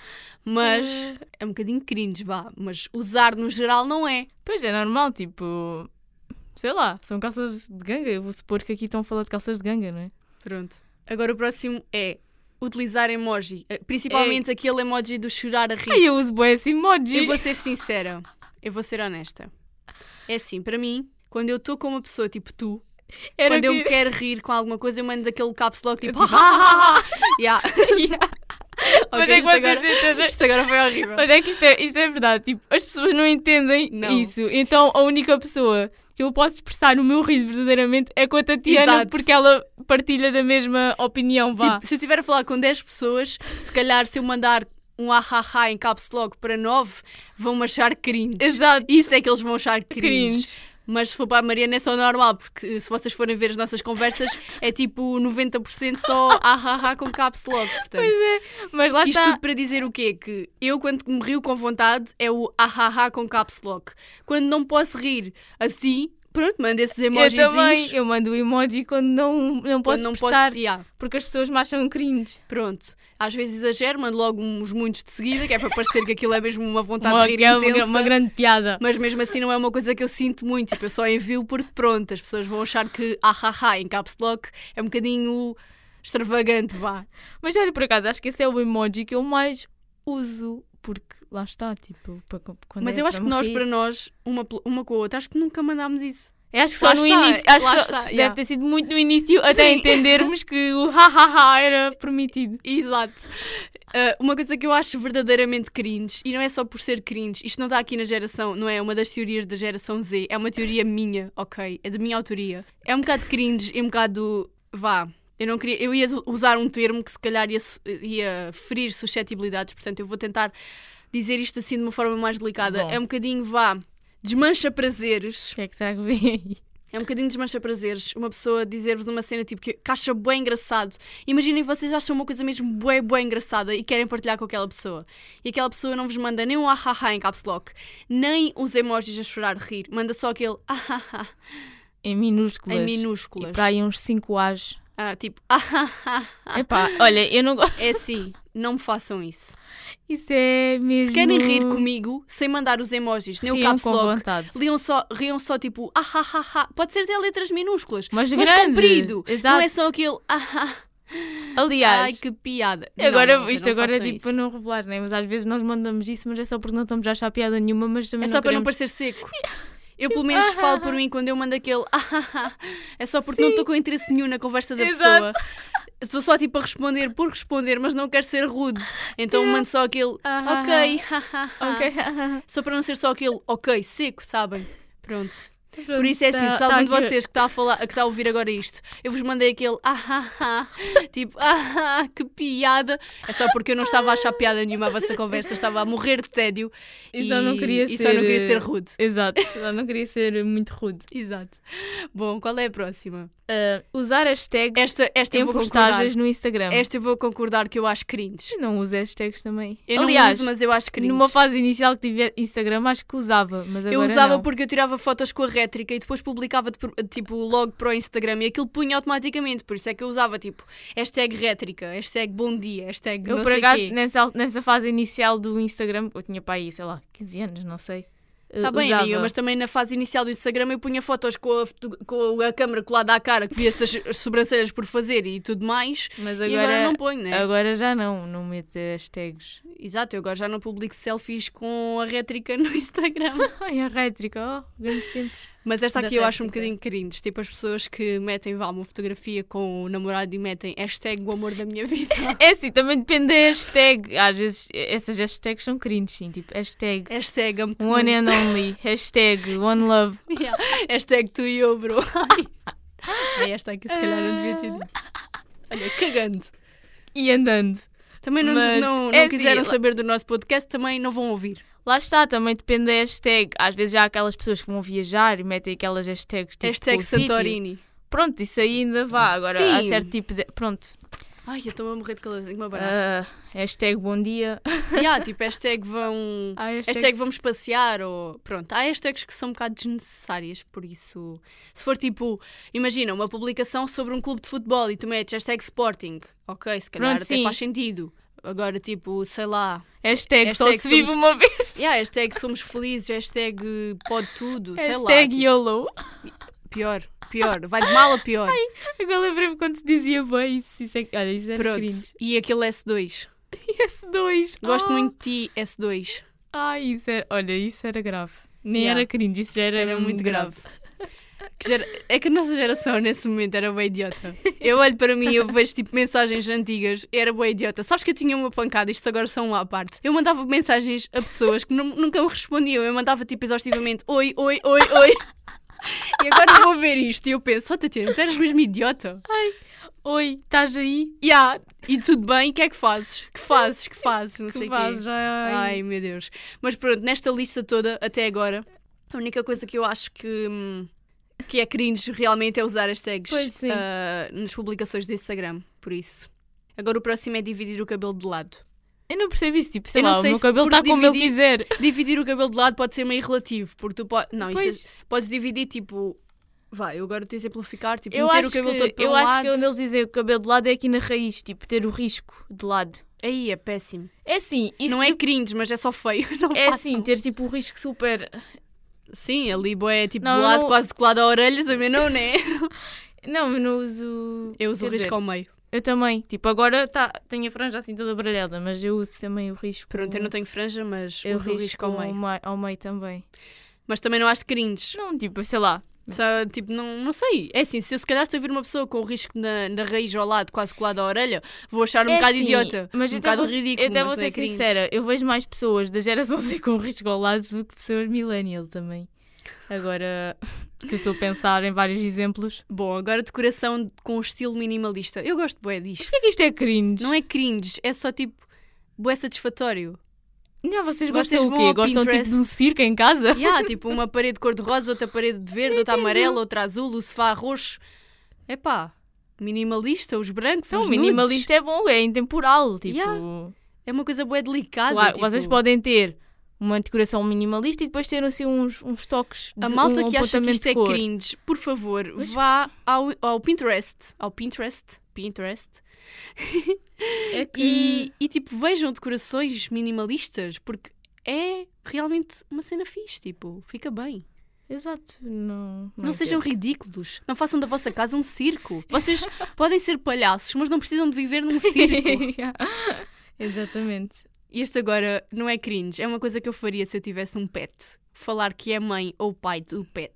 Speaker 1: Mas
Speaker 2: Eh.
Speaker 1: é um bocadinho cringe, vá. Mas usar no geral não é.
Speaker 2: Pois é normal, tipo. Sei lá, são calças de ganga. Eu vou supor que aqui estão a falar de calças de ganga, não é?
Speaker 1: Pronto. Agora o próximo é utilizar emoji. Eh, Principalmente aquele emoji do chorar a rir.
Speaker 2: É. Ai, eu uso bué esse emoji.
Speaker 1: Eu vou ser sincera. Eu vou ser honesta. É assim, para mim, quando eu estou com uma pessoa tipo tu,
Speaker 2: Era
Speaker 1: quando eu
Speaker 2: *laughs* que-
Speaker 1: me quero rir com alguma coisa, eu mando aquele caps lock
Speaker 2: *laughs*
Speaker 1: tipo. *laughs* yeah. Ok,
Speaker 2: Mas é que
Speaker 1: isto agora-
Speaker 2: vocês entendem.
Speaker 1: Isto agora foi horrível.
Speaker 2: *laughs* Mas é que isto é, isto é verdade, tipo, as pessoas não entendem
Speaker 1: Não.
Speaker 2: isso. Então a única pessoa que eu posso expressar o meu riso verdadeiramente é com a Tatiana,
Speaker 1: Exato.
Speaker 2: porque ela partilha da mesma opinião, vá.
Speaker 1: Tipo, se eu estiver a falar com 10 pessoas, se calhar se eu mandar um ahaha em caps lock para 9, vão-me achar cringe.
Speaker 2: Exato.
Speaker 1: Isso é que eles vão achar cringe.
Speaker 2: Cringe.
Speaker 1: Mas se for para a Mariana é só normal, porque se vocês forem ver as nossas conversas, é tipo 90% só ahaha com caps lock. Portanto,
Speaker 2: Pois é. Mas lá
Speaker 1: isto
Speaker 2: está.
Speaker 1: tudo para dizer o quê? Que eu, quando me rio com vontade, é o ahaha com caps lock. Quando não posso rir assim, pronto, mando esses
Speaker 2: Eu
Speaker 1: emojizinhos.
Speaker 2: também, eu mando o emoji quando não, não
Speaker 1: quando
Speaker 2: posso
Speaker 1: não
Speaker 2: expressar,
Speaker 1: posso. Yeah.
Speaker 2: porque as pessoas me acham cringe.
Speaker 1: Pronto, às vezes exagero, mando logo uns muitos de seguida, que é para parecer que aquilo é mesmo uma vontade
Speaker 2: uma,
Speaker 1: de rir
Speaker 2: é uma
Speaker 1: intensa.
Speaker 2: gra- uma grande piada.
Speaker 1: Mas mesmo assim não é uma coisa que eu sinto muito, tipo, eu só envio porque pronto, as pessoas vão achar que ahaha em caps lock é um bocadinho extravagante, vá.
Speaker 2: Mas olha, por acaso, acho que esse é o emoji que eu mais uso, porque lá está, tipo, para, co- quando
Speaker 1: Mas
Speaker 2: é
Speaker 1: eu acho
Speaker 2: para
Speaker 1: que nós,
Speaker 2: morrer.
Speaker 1: para nós, uma, pel- uma com a outra, acho que nunca mandámos isso.
Speaker 2: Eu Acho que só
Speaker 1: Lá
Speaker 2: no
Speaker 1: está,
Speaker 2: início, acho
Speaker 1: lá
Speaker 2: que só-
Speaker 1: está,
Speaker 2: deve
Speaker 1: yeah.
Speaker 2: ter sido muito no início, até
Speaker 1: Sim.
Speaker 2: entendermos que *laughs* o ha-ha-ha era permitido.
Speaker 1: Exato. Ah, uma coisa que eu acho verdadeiramente cringe, e não é só por ser cringe, isto não está aqui na geração, não é uma das teorias da geração Z, é uma teoria minha, ok? É da minha autoria. É um bocado cringe e um bocado. vá. Eu não queria. Eu ia usar um termo que se calhar ia, su- ia ferir suscetibilidades, portanto eu vou tentar dizer isto assim de uma forma mais delicada.
Speaker 2: Bom.
Speaker 1: É um bocadinho, vá. Desmancha prazeres.
Speaker 2: O que é que será que vem aí?
Speaker 1: É um bocadinho desmancha prazeres uma pessoa dizer-vos uma cena tipo que, que acha bué engraçado. Imaginem vocês acham uma coisa mesmo bué, bué engraçada e querem partilhar com aquela pessoa. E aquela pessoa não vos manda nem um ahaha em caps lock, nem os emojis a chorar de rir. Manda só aquele ahaha
Speaker 2: Em minúsculas.
Speaker 1: em
Speaker 2: E
Speaker 1: minúsculas.
Speaker 2: para aí uns 5 A's.
Speaker 1: Ah, tipo, *laughs* ahaha.
Speaker 2: Epá, olha, eu não gosto.
Speaker 1: É assim, não me façam isso.
Speaker 2: Isso é mesmo.
Speaker 1: Se querem rir comigo, sem mandar os emojis, nem o
Speaker 2: Riam
Speaker 1: caps
Speaker 2: com
Speaker 1: lock,
Speaker 2: vontade.
Speaker 1: Liam só, riam só tipo ahaha. Pode ser até letras minúsculas,
Speaker 2: Mas
Speaker 1: mas
Speaker 2: grande.
Speaker 1: comprido.
Speaker 2: Exato.
Speaker 1: Não é só aquele ahaha.
Speaker 2: Aliás,
Speaker 1: Ai, que piada.
Speaker 2: Agora,
Speaker 1: Não, malta,
Speaker 2: isto
Speaker 1: não
Speaker 2: agora é
Speaker 1: façam
Speaker 2: tipo para
Speaker 1: isso.
Speaker 2: não revelar, né? mas às vezes nós mandamos isso, mas é só porque não estamos a achar piada nenhuma, mas também
Speaker 1: É só
Speaker 2: não
Speaker 1: para não
Speaker 2: queremos-
Speaker 1: parecer
Speaker 2: *laughs*
Speaker 1: seco. Eu pelo menos falo por mim quando eu mando aquele *laughs* É só porque não estou com interesse nenhum na conversa da
Speaker 2: Exato.
Speaker 1: pessoa. Estou só tipo a responder por responder, mas não quero ser rude. Então mando só aquele
Speaker 2: Ah,
Speaker 1: ok. *laughs*
Speaker 2: Ok. *laughs*
Speaker 1: Só para não ser só aquele ok seco, sabem? Pronto. Por isso é assim,
Speaker 2: Tá-
Speaker 1: se algum
Speaker 2: tá
Speaker 1: de
Speaker 2: aqui.
Speaker 1: vocês que está a falar, que está a ouvir agora isto, eu vos mandei aquele ah, *laughs* tipo ah, que piada. É só porque eu não estava a achar piada nenhuma à vossa conversa, estava a morrer de tédio
Speaker 2: E só não queria
Speaker 1: e só não queria
Speaker 2: ser,
Speaker 1: ser
Speaker 2: eh,
Speaker 1: rude. *laughs*
Speaker 2: Exato, eu não queria ser muito rude.
Speaker 1: Exato. Bom, qual é a próxima?
Speaker 2: Ah, usar hashtags
Speaker 1: Esta, esta eu
Speaker 2: em
Speaker 1: vou concordar.
Speaker 2: postagens no Instagram.
Speaker 1: Esta eu vou concordar que eu acho cringe.
Speaker 2: Eu não uso hashtags também.
Speaker 1: Eu não
Speaker 2: Aliás,
Speaker 1: uso, mas eu acho cringe.
Speaker 2: numa fase inicial que tive Instagram, acho que usava, mas
Speaker 1: Eu
Speaker 2: agora
Speaker 1: usava
Speaker 2: não.
Speaker 1: porque eu tirava fotos com a rétrica e depois publicava de pro- tipo logo para o Instagram e aquilo punha automaticamente, por isso é que eu usava tipo hashtag rétrica, hashtag bom dia, hashtag
Speaker 2: Eu,
Speaker 1: não
Speaker 2: por
Speaker 1: sei
Speaker 2: acaso,
Speaker 1: quê.
Speaker 2: nessa, al- nessa fase inicial do Instagram, eu tinha para aí, sei eh, lá, 15 anos, não sei.
Speaker 1: Está Tá bem, amiga, mas também na fase inicial do Instagram eu punha fotos com a, foto- com a câmera colada à cara, que via essas *laughs* sobrancelhas por fazer e tudo mais.
Speaker 2: Mas
Speaker 1: e agora não ponho, né?
Speaker 2: agora já não, não mete
Speaker 1: *laughs*
Speaker 2: hashtags.
Speaker 1: Exato, eu agora já não publico selfies com a rétrica *laughs* no Instagram.
Speaker 2: Ai, a rétrica, oh, grandes tempos.
Speaker 1: Mas esta
Speaker 2: Da
Speaker 1: aqui eu acho um
Speaker 2: rétrica.
Speaker 1: bocadinho cringe. Tipo as pessoas que metem, vá, uma fotografia com o namorado e metem hashtag o amor da minha vida.
Speaker 2: É assim, também depende da hashtag. Às vezes essas hashtags são cringe, sim, tipo hashtag
Speaker 1: hashtag amo-te
Speaker 2: one
Speaker 1: muito.
Speaker 2: and only, hashtag one love.
Speaker 1: *laughs* Yeah. Hashtag tu e eu,
Speaker 2: *laughs*
Speaker 1: bro. Ai. Ai, esta aqui se calhar não devia ter dito. Olha, cagando.
Speaker 2: E andando.
Speaker 1: Também não,
Speaker 2: Mas,
Speaker 1: não, não
Speaker 2: é assim,
Speaker 1: quiseram
Speaker 2: lá- Tipo,
Speaker 1: saber do nosso podcast, também não vão ouvir.
Speaker 2: Lá está, também depende da hashtag. Às vezes há aquelas pessoas que vão viajar e metem aquelas hashtags tipo com
Speaker 1: hashtag
Speaker 2: o sítio.
Speaker 1: Santorini.
Speaker 2: Pronto, isso aí ainda vá. Agora há
Speaker 1: Sim.
Speaker 2: certo tipo de. Pronto.
Speaker 1: Ai, eu estou a morrer de calor, tenho uma barata.
Speaker 2: ah, hashtag bom dia. *laughs*
Speaker 1: *laughs* Yeah, tipo, hashtag vão.
Speaker 2: Ah. Há hashtags-
Speaker 1: Hashtag vamos passear ou. Pronto, há hashtags que são um bocado desnecessárias, por isso. Se for tipo, imagina uma publicação sobre um clube de futebol e tu metes hashtag Sporting, ok, se calhar
Speaker 2: Pronto,
Speaker 1: até
Speaker 2: sim.
Speaker 1: faz sentido. Agora, tipo, sei lá.
Speaker 2: Hashtag só
Speaker 1: Hashtag
Speaker 2: se vive
Speaker 1: somos-
Speaker 2: uma vez.
Speaker 1: Yeah, hashtag somos felizes, hashtag pode tudo, sei
Speaker 2: hashtag
Speaker 1: lá.
Speaker 2: YOLO.
Speaker 1: tipo, pior, pior, vai de mal a pior.
Speaker 2: Agora lembrei-me quando se dizia bem isso. isso é... que- Olha, isso era
Speaker 1: Pronto,
Speaker 2: cringe.
Speaker 1: e aquele S2.
Speaker 2: E S2.
Speaker 1: Gosto
Speaker 2: ah.
Speaker 1: muito de ti, S2.
Speaker 2: Ai, isso era... Olha, isso era grave. Nem
Speaker 1: Yeah.
Speaker 2: era cringe, isso já era,
Speaker 1: Era
Speaker 2: mesmo
Speaker 1: É muito grave. Que gera- É que a nossa geração nesse momento era bem *laughs* idiota. Eu olho para mim e eu vejo tipo mensagens antigas, era bem idiota. Sabes que eu tinha uma pancada, isto agora são lá à parte. Eu mandava mensagens a pessoas que nu- nunca me respondiam. Eu mandava tipo exaustivamente oi, oi, oi, *laughs* oi. E agora eu vou ver isto e eu penso, oh Tatiana, tu eras mesmo idiota.
Speaker 2: Oi, estás aí?
Speaker 1: Yeah. E tudo bem, o que é que fazes? Que fazes? Que fazes? Não sei
Speaker 2: Que
Speaker 1: o quê.
Speaker 2: fazes? Ai, ai.
Speaker 1: Ai, meu Deus. Mas pronto, nesta lista toda, até agora, a única coisa que eu acho que, hum, que é cringe realmente é usar hashtags
Speaker 2: Pois, sim.
Speaker 1: ah, nas publicações do Instagram, por isso. Agora o próximo é dividir o cabelo de lado.
Speaker 2: Eu não percebo isso, tipo, sei
Speaker 1: Eu não
Speaker 2: lá, o
Speaker 1: sei
Speaker 2: meu
Speaker 1: se
Speaker 2: cabelo
Speaker 1: por
Speaker 2: está como ele
Speaker 1: dividir-
Speaker 2: quiser.
Speaker 1: Dividir o cabelo de lado pode ser meio relativo, porque tu podes. Não,
Speaker 2: Pois.
Speaker 1: isso é- podes dividir tipo. Vai, eu agora estou a exemplificar, tipo,
Speaker 2: Eu
Speaker 1: meter
Speaker 2: acho,
Speaker 1: o cabelo
Speaker 2: que,
Speaker 1: todo para
Speaker 2: eu
Speaker 1: um
Speaker 2: acho
Speaker 1: lado.
Speaker 2: que quando eles dizem o cabelo de lado é aqui na raiz, tipo, ter o risco de lado.
Speaker 1: Aí é péssimo.
Speaker 2: É assim, isso
Speaker 1: não é cringe, mas é só feio. *laughs* Não
Speaker 2: É
Speaker 1: façam.
Speaker 2: assim, ter tipo o risco super.
Speaker 1: Sim, ali boé, tipo,
Speaker 2: Não,
Speaker 1: de lado,
Speaker 2: não-
Speaker 1: quase colado à orelha, também não,
Speaker 2: *laughs*
Speaker 1: né?
Speaker 2: Não, eu não uso.
Speaker 1: Eu uso
Speaker 2: Quer
Speaker 1: o risco
Speaker 2: dizer,
Speaker 1: ao meio.
Speaker 2: Eu também. Tipo, agora tá, tenho a franja assim toda baralhada, mas eu uso também o risco.
Speaker 1: Pronto, eu não tenho franja, mas
Speaker 2: eu
Speaker 1: uso o risco ao meio.
Speaker 2: mai- ao meio também.
Speaker 1: Mas também não acho cringe.
Speaker 2: Não, tipo, sei lá.
Speaker 1: Só, tipo, não, não sei. É assim, se eu se calhar estou a ver uma pessoa com o risco na, na raiz ao lado, quase colado à orelha, vou achar um
Speaker 2: É
Speaker 1: bocado
Speaker 2: assim,
Speaker 1: idiota.
Speaker 2: Mas
Speaker 1: um
Speaker 2: eu até
Speaker 1: bocado
Speaker 2: vou-
Speaker 1: ridículo.
Speaker 2: Eu até
Speaker 1: mas
Speaker 2: vou
Speaker 1: não é
Speaker 2: ser
Speaker 1: cringe.
Speaker 2: sincera, eu vejo mais pessoas da geração Z com o risco ao lado do que pessoas millennial também. Agora *laughs* que eu estou a pensar em vários exemplos.
Speaker 1: Bom, agora decoração com o estilo minimalista. Eu gosto bué disto.
Speaker 2: Porquê é que isto é cringe?
Speaker 1: Não é cringe, é só tipo bué satisfatório.
Speaker 2: Não, vocês
Speaker 1: Vocês
Speaker 2: gostam o
Speaker 1: vão
Speaker 2: quê?
Speaker 1: ao
Speaker 2: Gostam tipo
Speaker 1: Pinterest?
Speaker 2: de um circo em casa?
Speaker 1: E há tipo uma parede cor-de-rosa, outra parede de verde, outra amarela, outra azul, o sofá roxo. Epá, minimalista, os brancos,
Speaker 2: Então,
Speaker 1: os
Speaker 2: o
Speaker 1: nudes.
Speaker 2: minimalista é bom, é intemporal. Tipo,
Speaker 1: Yeah. É uma coisa bué delicada.
Speaker 2: claro,
Speaker 1: tipo-
Speaker 2: vocês podem ter uma decoração minimalista e depois ter assim uns, uns toques de
Speaker 1: A malta
Speaker 2: um
Speaker 1: que acha que
Speaker 2: apontamento
Speaker 1: isto
Speaker 2: de
Speaker 1: é
Speaker 2: cor.
Speaker 1: cringe, por favor,
Speaker 2: Mas-
Speaker 1: vá ao, ao Pinterest. Ao Pinterest. Pinterest.
Speaker 2: É que...
Speaker 1: E, e tipo, vejam decorações minimalistas, porque é realmente uma cena fixe. Tipo, fica bem.
Speaker 2: Exato. Não,
Speaker 1: Não,
Speaker 2: é
Speaker 1: sejam
Speaker 2: que-
Speaker 1: ridículos. Não façam da vossa casa um
Speaker 2: *laughs*
Speaker 1: circo. Vocês podem ser palhaços, mas não precisam de viver num *laughs* circo.
Speaker 2: Yeah. *laughs* Exatamente.
Speaker 1: E este agora não é cringe. É uma coisa que eu faria se eu tivesse um pet. Falar que é mãe ou pai do pet.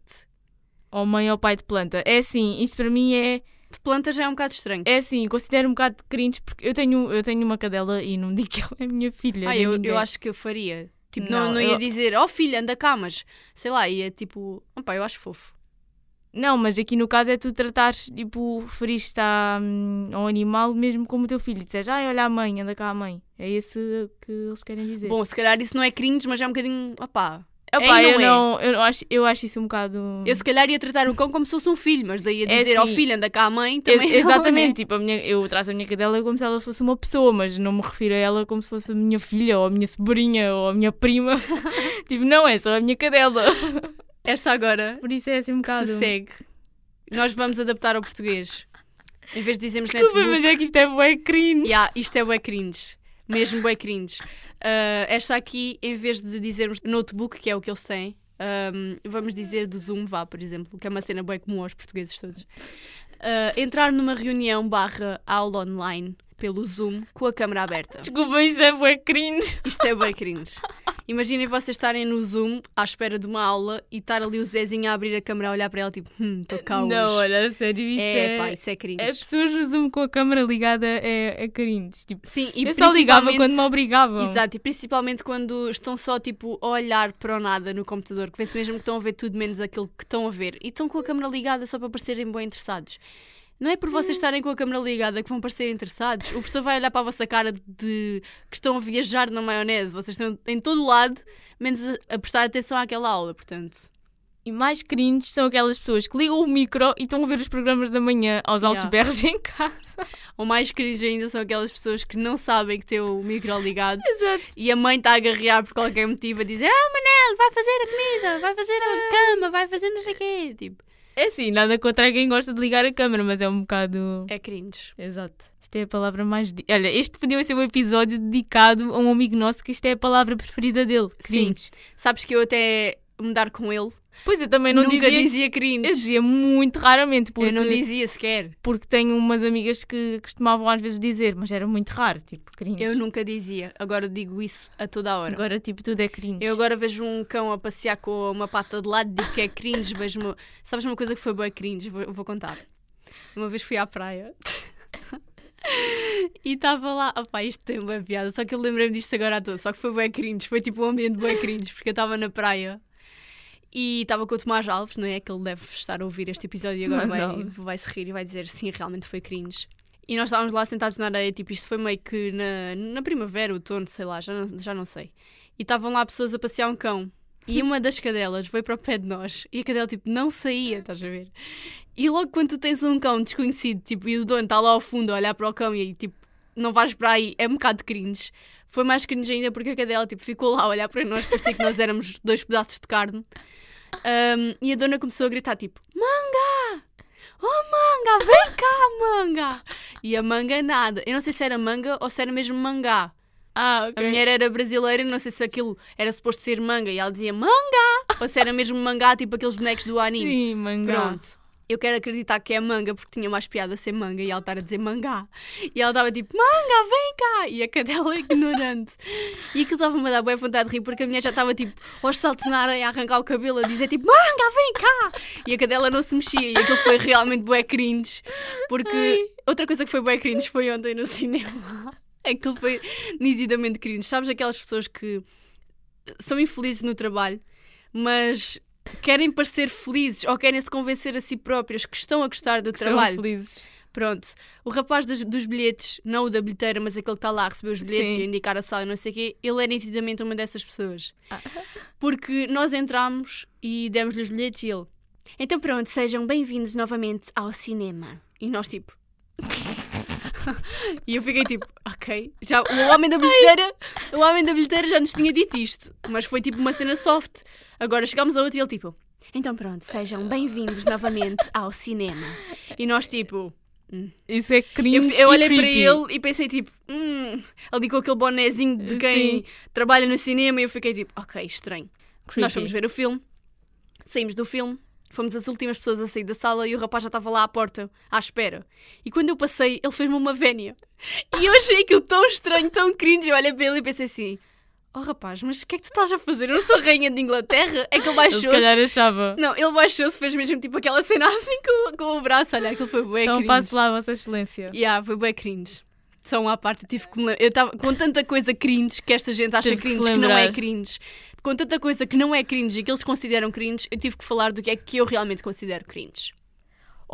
Speaker 2: Ou mãe ou pai de planta. É assim, isso para mim é
Speaker 1: De planta já é um bocado estranho.
Speaker 2: É assim, considero um bocado de cringe porque eu tenho, eu tenho uma cadela e não *laughs* digo que ela é minha filha.
Speaker 1: Ah,
Speaker 2: nem
Speaker 1: eu,
Speaker 2: ninguém.
Speaker 1: eu acho que eu faria. Tipo, não,
Speaker 2: Não,
Speaker 1: não ia
Speaker 2: eu-
Speaker 1: dizer, oh filha, anda cá, mas sei lá, ia tipo, opá, eu acho fofo.
Speaker 2: Não, mas aqui no caso é tu tratares, tipo, referiste a, hum, ao animal mesmo como o teu filho. Dizes, ai, olha a mãe, anda cá a mãe. É esse que eles querem dizer.
Speaker 1: Bom, se calhar isso não é cringe, mas é um bocadinho, opá.
Speaker 2: Epá,
Speaker 1: é e
Speaker 2: eu,
Speaker 1: não é.
Speaker 2: não, eu, não acho, eu acho isso um bocado.
Speaker 1: Eu se calhar ia tratar o cão como se fosse um filho, mas daí ia
Speaker 2: É
Speaker 1: dizer, ó
Speaker 2: assim,
Speaker 1: filha, anda cá a mãe,
Speaker 2: Eu-
Speaker 1: também. *laughs* não,
Speaker 2: Exatamente,
Speaker 1: né?
Speaker 2: tipo, a minha, eu trato a minha cadela como se ela fosse uma pessoa, mas não me refiro a ela como se fosse a minha filha, ou a minha sobrinha, ou a
Speaker 1: *laughs*
Speaker 2: minha prima. tipo, não, é só a minha cadela.
Speaker 1: Esta agora
Speaker 2: Por isso é assim um bocado.
Speaker 1: se segue. Nós vamos adaptar ao português. Em vez de dizermos
Speaker 2: Desculpa,
Speaker 1: netbook,
Speaker 2: mas é que isto é bué cringe.
Speaker 1: Ya, isto é bué cringe. Mesmo bué cringe. Ah, esta aqui, em vez de dizermos notebook, que é o que eles têm, um, vamos dizer do Zoom, vá, por exemplo, que é uma cena bem comum aos portugueses todos, uh, entrar numa reunião barra aula online pelo Zoom com a câmera aberta.
Speaker 2: Desculpa, isso é bué cringe.
Speaker 1: Isto é bem cringe. Imaginem vocês estarem no Zoom à espera de uma aula e estar ali o Zezinho a abrir a câmera a olhar para ela tipo, hum, estou cá hoje.
Speaker 2: Não, olha, a sério, isso
Speaker 1: é,
Speaker 2: é...
Speaker 1: pá, isso é cringe.
Speaker 2: As pessoas no Zoom com a câmera ligada é, é cringe. Tipo,
Speaker 1: Sim, e
Speaker 2: eu só ligava
Speaker 1: principalmente-
Speaker 2: quando me obrigavam.
Speaker 1: Exato, e principalmente quando estão só tipo a olhar para o nada no computador, que vê-se mesmo que estão a ver tudo menos aquilo que estão a ver e estão com a câmera ligada só para parecerem bem interessados. Não é por vocês estarem com a câmera ligada que vão parecer interessados. O professor vai olhar para a vossa cara de que estão a viajar na maionese. Vocês estão em todo o lado, menos a, a prestar atenção àquela aula, portanto.
Speaker 2: E mais cringe são aquelas pessoas que ligam o micro e estão a ver os programas da manhã aos altos
Speaker 1: Yeah.
Speaker 2: berros em casa.
Speaker 1: Ou mais cringe ainda são aquelas pessoas que não sabem que têm o micro ligado
Speaker 2: Exato.
Speaker 1: E a mãe está a agarrear por qualquer motivo a dizer: Ah, Manel, vai fazer a comida, vai fazer a cama, vai fazer não sei o quê. Tipo,
Speaker 2: É assim, nada contra quem gosta de ligar a câmera, mas é um bocado.
Speaker 1: é cringe.
Speaker 2: Exato. Isto é a palavra mais. di- Olha, este podia ser um episódio dedicado a um amigo nosso que isto é a palavra preferida dele.
Speaker 1: Sim.
Speaker 2: Cringe.
Speaker 1: Sabes que eu até mudar com ele
Speaker 2: Pois eu também não
Speaker 1: nunca
Speaker 2: dizia.
Speaker 1: dizia cringe.
Speaker 2: Eu dizia muito raramente, porque,
Speaker 1: Eu não dizia sequer.
Speaker 2: porque tenho umas amigas que costumavam às vezes dizer, mas era muito raro, tipo, cringe.
Speaker 1: Eu nunca dizia. Agora digo isso a toda a hora.
Speaker 2: Agora, tipo, tudo é cringe.
Speaker 1: Eu agora vejo um cão a passear com uma pata de lado, digo que é cringe, vejo uma... Sabes uma coisa que foi boa cringe? Vou, vou contar. Uma vez fui à praia *laughs* e estava lá... Opá, isto tem uma piada, só que eu lembrei-me disto agora à toa, só que foi boa cringe, foi tipo um ambiente boa cringe, porque eu estava na praia e estava com o Tomás Alves, não é? Que ele deve estar a ouvir este episódio e agora
Speaker 2: Tomás
Speaker 1: vai,
Speaker 2: Alves.
Speaker 1: vai se rir e vai dizer sim, realmente foi cringe. E nós estávamos lá sentados na areia, tipo, isto foi meio que na, na primavera, outono, sei lá, já não, já não sei. E estavam lá pessoas a passear um cão. E uma das cadelas veio para o pé de nós e a cadela, tipo, não saía, estás a ver? E logo quando tu tens um cão desconhecido, tipo, e o dono está lá ao fundo a olhar para o cão e tipo, não vais para aí, é um bocado cringe. Foi mais cringe ainda porque a cadela, tipo, ficou lá a olhar para nós, parecia que nós éramos dois pedaços de carne. Ahm, e a dona começou a gritar, tipo, manga! Oh, manga, vem cá, manga! E a manga nada. Eu não sei se era manga ou se era mesmo mangá.
Speaker 2: Ah,
Speaker 1: A
Speaker 2: ok.
Speaker 1: mulher era brasileira e não sei se aquilo era suposto ser manga. E ela dizia manga! Ou se era mesmo mangá, tipo aqueles bonecos do anime.
Speaker 2: Sim, mangá.
Speaker 1: Pronto. Eu quero acreditar que é manga porque tinha mais piada a ser manga e ela estar a dizer mangá. E ela estava tipo, manga, vem cá! E a cadela *laughs* ignorante. E aquilo estava-me a dar boa vontade de rir porque a mulher já estava tipo aos saltos na areia a arrancar o cabelo a dizer tipo, manga, vem cá! E a cadela não se mexia e aquilo foi realmente bué cringe. Porque outra coisa que foi bué cringe foi ontem no cinema. *laughs* Aquilo foi nitidamente cringe. Sabes aquelas pessoas que são infelizes no trabalho, mas querem parecer felizes ou querem se convencer a si próprias que estão a gostar do
Speaker 2: São
Speaker 1: trabalho.
Speaker 2: felizes.
Speaker 1: Pronto. O rapaz dos, dos bilhetes, não o da bilheteira, mas aquele que está lá a receber os bilhetes
Speaker 2: Sim.
Speaker 1: e a indicar a sala e não sei o quê, ele é nitidamente uma dessas pessoas. Porque nós entramos e demos-lhe os bilhetes e ele. Então pronto, sejam bem-vindos novamente ao cinema. E nós tipo. *laughs* e eu fiquei tipo, ok. Já, o homem da bilheteira, o homem da bilheteira já nos tinha dito isto, mas foi tipo uma cena soft. Agora chegámos a outro e ele tipo. Então pronto, sejam bem-vindos novamente ao cinema. E nós tipo.
Speaker 2: Isso é
Speaker 1: Eu,
Speaker 2: cringe.
Speaker 1: eu
Speaker 2: e
Speaker 1: olhei para
Speaker 2: creepy.
Speaker 1: ele e pensei tipo, hum, ali com aquele bonézinho de quem
Speaker 2: Eh, Sim.
Speaker 1: trabalha no cinema e eu fiquei tipo, ok, estranho. Nós
Speaker 2: Creepy.
Speaker 1: fomos ver o filme, saímos do filme, fomos as últimas pessoas a sair da sala e o rapaz já estava lá à porta, à espera. E quando eu passei, ele fez-me uma vénia. E eu achei aquilo tão estranho, tão cringe. Eu olhei para ele e pensei assim: Oh rapaz, mas o que é que tu estás a fazer? Eu não sou rainha de Inglaterra? É que ele
Speaker 2: Ele se
Speaker 1: baixou-se.
Speaker 2: calhar achava.
Speaker 1: Não, ele baixou-se, fez mesmo tipo aquela cena assim com, com o braço. Olha, aquilo foi bué
Speaker 2: então
Speaker 1: É cringe.
Speaker 2: passe lá, Vossa Excelência.
Speaker 1: Yeah, foi bem cringe. Só uma à parte, eu tive que me lem- Eu estava com tanta coisa cringe que esta gente acha
Speaker 2: Teve que se
Speaker 1: cringe, que, não é
Speaker 2: lembrar.
Speaker 1: cringe. Com tanta coisa que não é cringe e que eles consideram cringe, eu tive que falar do que é que eu realmente considero cringe.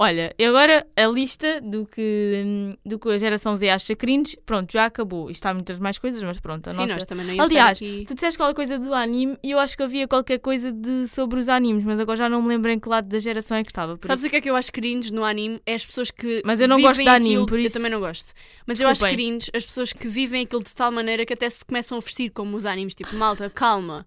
Speaker 2: Olha, e agora a lista do que, do que a geração Z acha cringe, pronto, já acabou. Isto há muitas mais coisas, mas pronto, a
Speaker 1: Sim,
Speaker 2: nossa.
Speaker 1: nós também não íamos estar
Speaker 2: Aliás,
Speaker 1: aqui.
Speaker 2: tu disseste qualquer coisa do anime e eu acho que havia qualquer coisa de, sobre os animes, mas agora já não me lembro em que lado da geração é que estava. por
Speaker 1: Sabes o que é que eu acho cringe no anime? É as pessoas que.
Speaker 2: Mas eu não
Speaker 1: vivem
Speaker 2: gosto de anime,
Speaker 1: aquilo-
Speaker 2: por
Speaker 1: Eu
Speaker 2: isso-
Speaker 1: também não gosto. Mas eu acho
Speaker 2: Desculpem.
Speaker 1: cringe as pessoas que vivem aquilo de tal maneira que até se começam a vestir como os animes, tipo, malta,
Speaker 2: *laughs*
Speaker 1: calma.